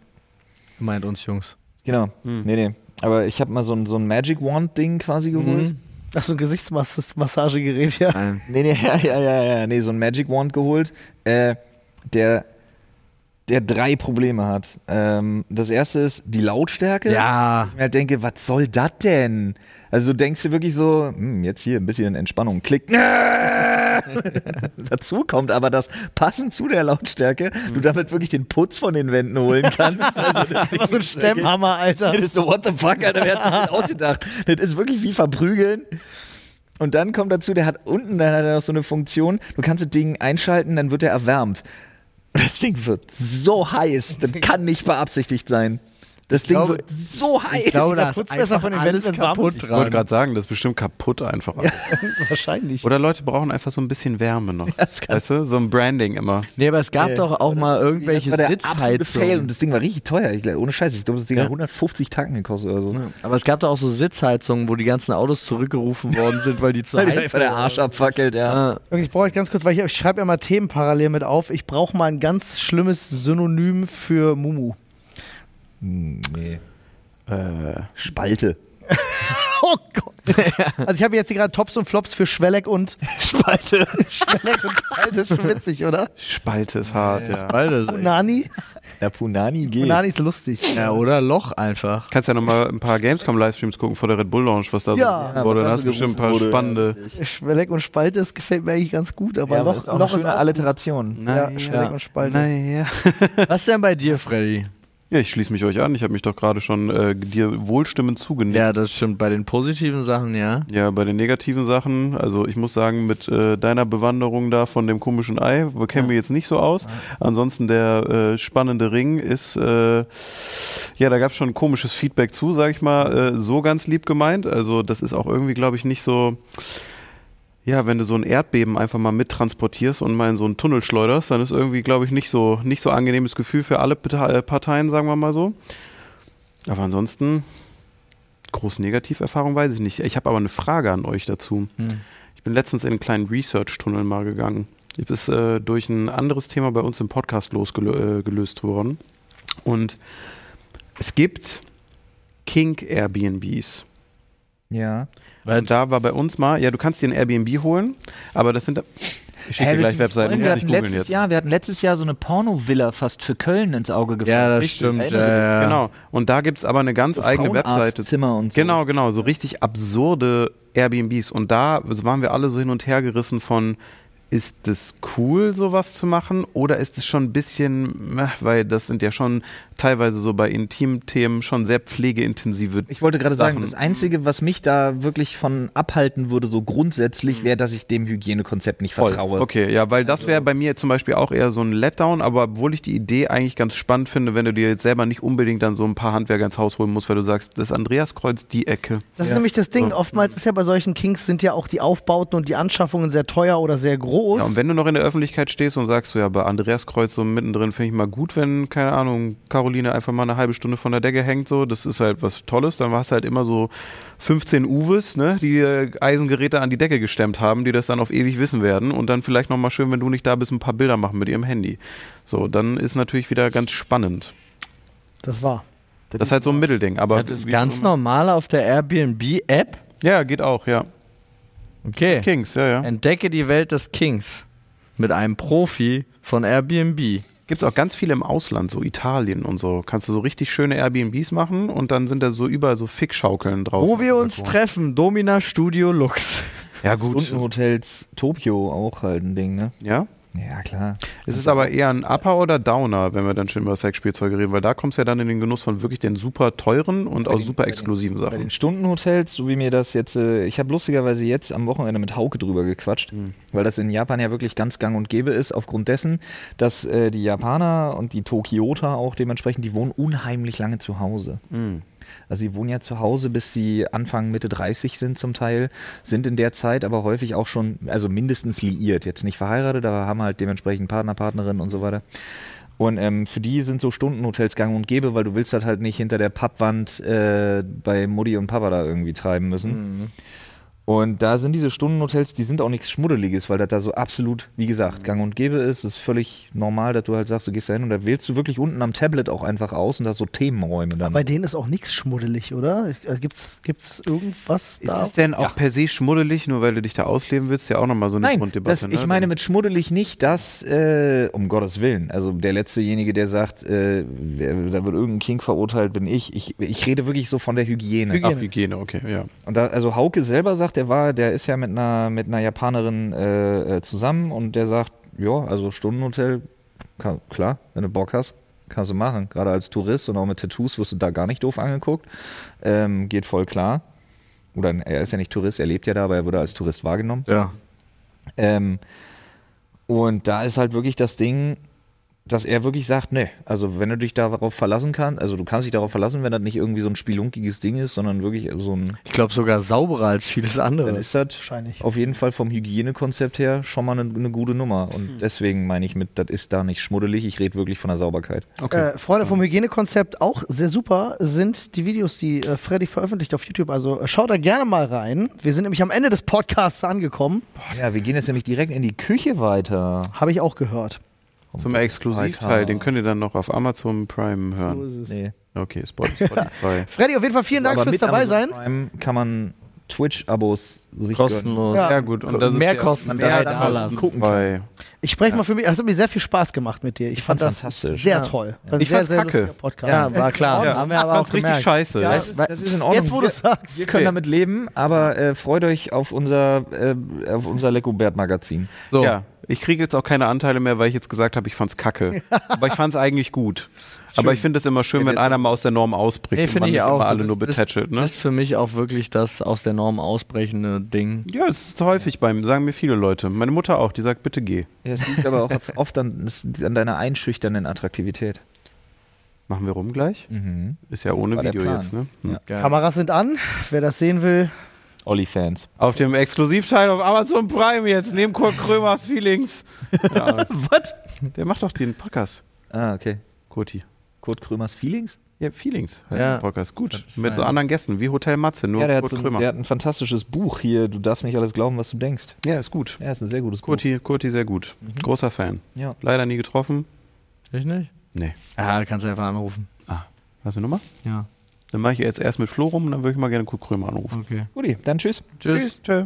Meint uns Jungs. genau, Hm. nee, nee, aber ich habe mal so ein, so ein Magic Wand Ding Mhm. quasi geholt. das ist so ein Gesichtsmassagegerät, ja. Nein. Nee, nee, ja, ja, ja, ja, nee, so ein Magic Wand geholt, äh, der der drei Probleme hat. Ähm, das erste ist die Lautstärke. Ja. Ich mir halt denke, was soll das denn? Also du denkst dir wirklich so, hm, jetzt hier ein bisschen Entspannung, klick. Dazu kommt aber, dass passend zu der Lautstärke du Mhm. damit wirklich den Putz von den Wänden holen kannst. Also, das Was so ein Stemmhammer, Alter. das ist so, what the fuck, Alter, wer hat sich das ausgedacht? Das ist wirklich wie verprügeln. Und dann kommt dazu, der hat unten, dann hat er noch so eine Funktion, du kannst das Ding einschalten, dann wird er erwärmt. Das Ding wird so heiß, das kann nicht beabsichtigt sein. Das Ding glaube- wird so heiß. Ich glaube, da ist Putzmesser einfach von den alles Wänden warm kaputt ist. Ich wollte dran. gerade sagen, das ist bestimmt kaputt einfach. Wahrscheinlich. Oder Leute brauchen einfach so ein bisschen Wärme noch. Das kann- weißt du, so ein Branding immer. Nee, aber es gab doch auch mal irgendwelche das war der absolute Fail und Sitzheizungen. das Ding war richtig teuer. Ich, glaub, ohne Scheiß, ich glaube, das Ding Ja. hat 150 Tacken gekostet oder so. Aber es gab da auch so Sitzheizungen, wo die ganzen Autos zurückgerufen worden sind, weil die zu Weil heiß einfach der Arsch abfackelt, ja. waren. Übrigens, ich brauche jetzt ganz kurz, weil ich, ich schreibe ja mal Themen parallel mit auf. Ich brauche mal ein ganz schlimmes Synonym für Mumu. Hm, Nee. Äh, Spalte. Oh Gott. Also ich habe jetzt hier gerade Tops und Flops für Schwelleck und Spalte. Schwelleck und Kalt ist schon witzig, oder? Spalte ist hart, ja. Beides. Oh Unani? Ja, Punani geht. Unani ist lustig. Ja, oder Loch einfach. Kannst ja nochmal ein paar Gamescom-Livestreams gucken vor der Red Bull Launch, was da Ja. so gemacht wurde. Ja, Da was hast da du bestimmt ein paar gerufen wurde, spannende. Schwelleck und Spalte, das gefällt mir eigentlich ganz gut, aber Ja, aber Loch, ist auch Loch eine ist schöne auch Alliteration. Ja, Schwelleck und Spalte. Naja. Was denn bei dir, Freddy? Ja, ich schließe mich euch an. Ich habe mich doch gerade schon äh, dir wohlstimmend zugenickt. Ja, das stimmt. Bei den positiven Sachen, ja. Ja, bei den negativen Sachen, also ich muss sagen, mit äh, deiner Bewanderung da von dem komischen Ei, wir kennen wir jetzt nicht so aus. Ansonsten der äh, spannende Ring ist, äh, ja, da gab es schon komisches Feedback zu, sag ich mal, äh, so ganz lieb gemeint. Also das ist auch irgendwie, glaube ich, nicht so. Ja, wenn du so ein Erdbeben einfach mal mittransportierst und mal in so einen Tunnel schleuderst, dann ist irgendwie, glaube ich, nicht so nicht so angenehmes Gefühl für alle Pata- äh, Parteien, sagen wir mal so. Aber ansonsten groß Negativerfahrung weiß ich nicht. Ich habe aber eine Frage an euch dazu. Ich bin letztens in einen kleinen Research-Tunnel mal gegangen. Ich ist äh, durch ein anderes Thema bei uns im Podcast losgelöst worden. Und es gibt Kink-Airbnbs. Ja. Was? Und da war bei uns mal, ja, du kannst dir ein Airbnb holen, aber das sind. Ich schicke Hey, willst dir gleich du mich Webseiten, freuen? wir muss hatten nicht googeln letztes jetzt. Jahr, Wir hatten letztes Jahr so eine Pornovilla fast für Köln ins Auge gefasst. Ja, das Richtig. stimmt. Erinnere dich. Ja, ja. Genau. Und da gibt es aber eine ganz eigene Webseite. Zimmer und so. Genau, genau, so richtig absurde Airbnbs. Und da waren wir alle so hin und her gerissen von, ist es cool, sowas zu machen oder ist es schon ein bisschen, meh, weil das sind ja schon teilweise so bei intimen Themen schon sehr pflegeintensive. Ich wollte gerade sagen, Sachen. das Einzige, was mich da wirklich von abhalten würde, so grundsätzlich, wäre, dass ich dem Hygienekonzept nicht vertraue. Mhm. Also Okay, ja, weil das wäre bei mir zum Beispiel auch eher so ein Letdown, aber obwohl ich die Idee eigentlich ganz spannend finde, wenn du dir jetzt selber nicht unbedingt dann so ein paar Handwerker ins Haus holen musst, weil du sagst, das Andreaskreuz, die Ecke. Das ist nämlich das Ding. Oftmals ist ja bei solchen Kings sind ja auch die Aufbauten und die Anschaffungen sehr teuer oder sehr groß. Ja, und wenn du noch in der Öffentlichkeit stehst und sagst, so, ja, bei Andreas Kreuz so mittendrin finde ich mal gut, wenn, keine Ahnung, Caroline einfach mal eine halbe Stunde von der Decke hängt, so, das ist halt was Tolles, dann warst du halt immer so 15 Uves, ne, die äh, Eisengeräte an die Decke gestemmt haben, die das dann auf ewig wissen werden und dann vielleicht nochmal schön, wenn du nicht da bist, ein paar Bilder machen mit ihrem Handy. So, dann ist natürlich wieder ganz spannend. das war. Das ist halt so ein Mittelding, aber. Das ist wie- ganz normal auf der Airbnb-App. Ja, geht auch, ja. Okay. Kings, ja, ja. Entdecke die Welt des Kings mit einem Profi von Airbnb. Gibt es auch ganz viele im Ausland, so Italien und so. Kannst du so richtig schöne Airbnbs machen und dann sind da so überall so Fickschaukeln drauf. Wo wir uns treffen, Domina Studio Lux. Ja, gut. Stundenhotels Tokio auch halt ein Ding, ne? Ja? Ja, klar. Es ist aber eher ein Upper oder Downer, wenn wir dann schon über Sexspielzeuge reden, weil da kommst du ja dann in den Genuss von wirklich den super teuren und auch super exklusiven Bei Sachen. den Stundenhotels, so wie mir das jetzt, äh, ich habe lustigerweise jetzt am Wochenende mit Hauke drüber gequatscht, weil das in Japan ja wirklich ganz gang und gäbe ist, aufgrund dessen, dass äh, die Japaner und die Tokyota auch dementsprechend, die wohnen unheimlich lange zu Hause. Also sie wohnen ja zu Hause, bis sie Anfang, Mitte 30 sind zum Teil, sind in der Zeit aber häufig auch schon, also mindestens liiert, jetzt nicht verheiratet, aber haben halt dementsprechend Partner, Partnerinnen und so weiter. Und ähm, für die sind so Stundenhotels gang und gäbe, weil du willst das halt nicht hinter der Pappwand äh, bei Mutti und Papa da irgendwie treiben müssen. Und da sind diese Stundenhotels, die sind auch nichts Schmuddeliges, weil das da so absolut, wie gesagt, gang und gäbe ist. Es ist völlig normal, dass du halt sagst, du gehst da hin und da wählst du wirklich unten am Tablet auch einfach aus und da so Themenräume dann. Bei denen ist auch nichts schmuddelig, oder? Ich- äh, Gibt's, gibt's irgendwas Ist da? es denn auch per se schmuddelig, nur weil du dich da ausleben willst? Ja, auch nochmal so eine Nein, Grunddebatte. ne? das, ich meine mit schmuddelig nicht, dass, äh, um Gottes Willen, also der letztejenige, der sagt, äh, wer- da wird irgendein King verurteilt, bin ich. Ich, ich rede wirklich so von der Hygiene. Ach, Hygiene, okay, ja. Und da, also Hauke selber sagt, der war, der ist ja mit einer, mit einer Japanerin äh, äh, zusammen und der sagt, ja, also Stundenhotel, ka- klar, wenn du Bock hast, kannst du machen. Gerade als Tourist und auch mit Tattoos wirst du da gar nicht doof angeguckt. Ähm, geht voll klar. Oder er ist ja nicht Tourist, er lebt ja da, aber er wurde als Tourist wahrgenommen. Ja. Ähm, und da ist halt wirklich das Ding, dass er wirklich sagt, nee, also wenn du dich darauf verlassen kannst, also du kannst dich darauf verlassen, wenn das nicht irgendwie so ein spielunkiges Ding ist, sondern wirklich so ein Ich glaube sogar sauberer als vieles andere. dann ist das Wahrscheinlich. auf jeden Fall vom Hygienekonzept her schon mal eine, eine gute Nummer. Und deswegen meine ich mit, das ist da nicht schmuddelig, ich rede wirklich von der Sauberkeit. Okay. Äh, Freunde vom Hygienekonzept auch sehr super sind die Videos, die äh, Freddy veröffentlicht auf YouTube. Also äh, schaut da gerne mal rein. Wir sind nämlich am Ende des Podcasts angekommen. Ja, wir gehen jetzt nämlich direkt in die Küche weiter. Habe ich auch gehört. Zum Exklusivteil, den könnt ihr dann noch auf Amazon Prime hören. Nee. Okay, Spot- Spotify. Freddy, auf jeden Fall vielen Dank Aber fürs mit dabei Amazon sein. Prime kann man Twitch-Abos sich gönnen. Kostenlos. Ja. Sehr gut. Und das Mehr ist ja- Kosten, mehr mehr Kosten- Dollars. gucken kann. Ich spreche mal für mich. Es hat mir sehr viel Spaß gemacht mit dir. Ich, fand das fand's fantastisch. sehr toll. War ein Ich sehr, fand's sehr kacke. lustiger Podcast. Ja, war klar. Ja, Haben wir aber auch fand's richtig gemerkt. scheiße. Ja. Das, das ist in Ordnung. Jetzt, wo du Wir- sagst. Wir können damit leben, aber äh, freut euch auf unser, äh, auf unser Leckobert-Magazin. So. Ja, ich kriege jetzt auch keine Anteile mehr, weil ich jetzt gesagt habe, ich fand's kacke. Aber ich fand's eigentlich gut. Aber ich finde es immer schön, wenn einer mal aus der Norm ausbricht Nee, und man finde ich nicht auch. immer Du alle bist- nur bist- betätschelt. Ne? Das ist für mich auch wirklich das aus der Norm ausbrechende Ding. Ja, es ist häufig beim, sagen mir viele Leute. Meine Mutter auch, die sagt, bitte geh. Ja, es liegt aber auch oft an, es liegt an deiner einschüchternden Attraktivität. Machen wir rum gleich? Mhm. Ist ja ohne War der Video Plan. jetzt, ne? Ja. Kameras sind an. Wer das sehen will, Olli-Fans. Auf dem Exklusivteil auf Amazon Prime jetzt, neben Kurt Krömers Feelings. Ja, Was? der macht doch den Podcast, Ah, okay. Kurti. Kurt Krömers Feelings? Ja, Feelings heißt Ja. der Podcast. Gut, ist mit so ein- anderen Gästen, wie Hotel Matze, nur Ja, der hat, Kurt so, Krömer. der hat ein fantastisches Buch hier. Du darfst nicht alles glauben, was du denkst. Ja, ist gut. Ja, ist ein sehr gutes Kurti, Kurti sehr gut. Großer Fan. Buch. Ja. Leider nie getroffen. Ich nicht? Nee. Ja, kannst du einfach anrufen. Hast du eine Nummer? Ja, Dann mache ich jetzt erst mit Flo rum und dann würde ich mal gerne Kurt Krömer anrufen. okay. Guti, dann tschüss. Tschüss. Tschö.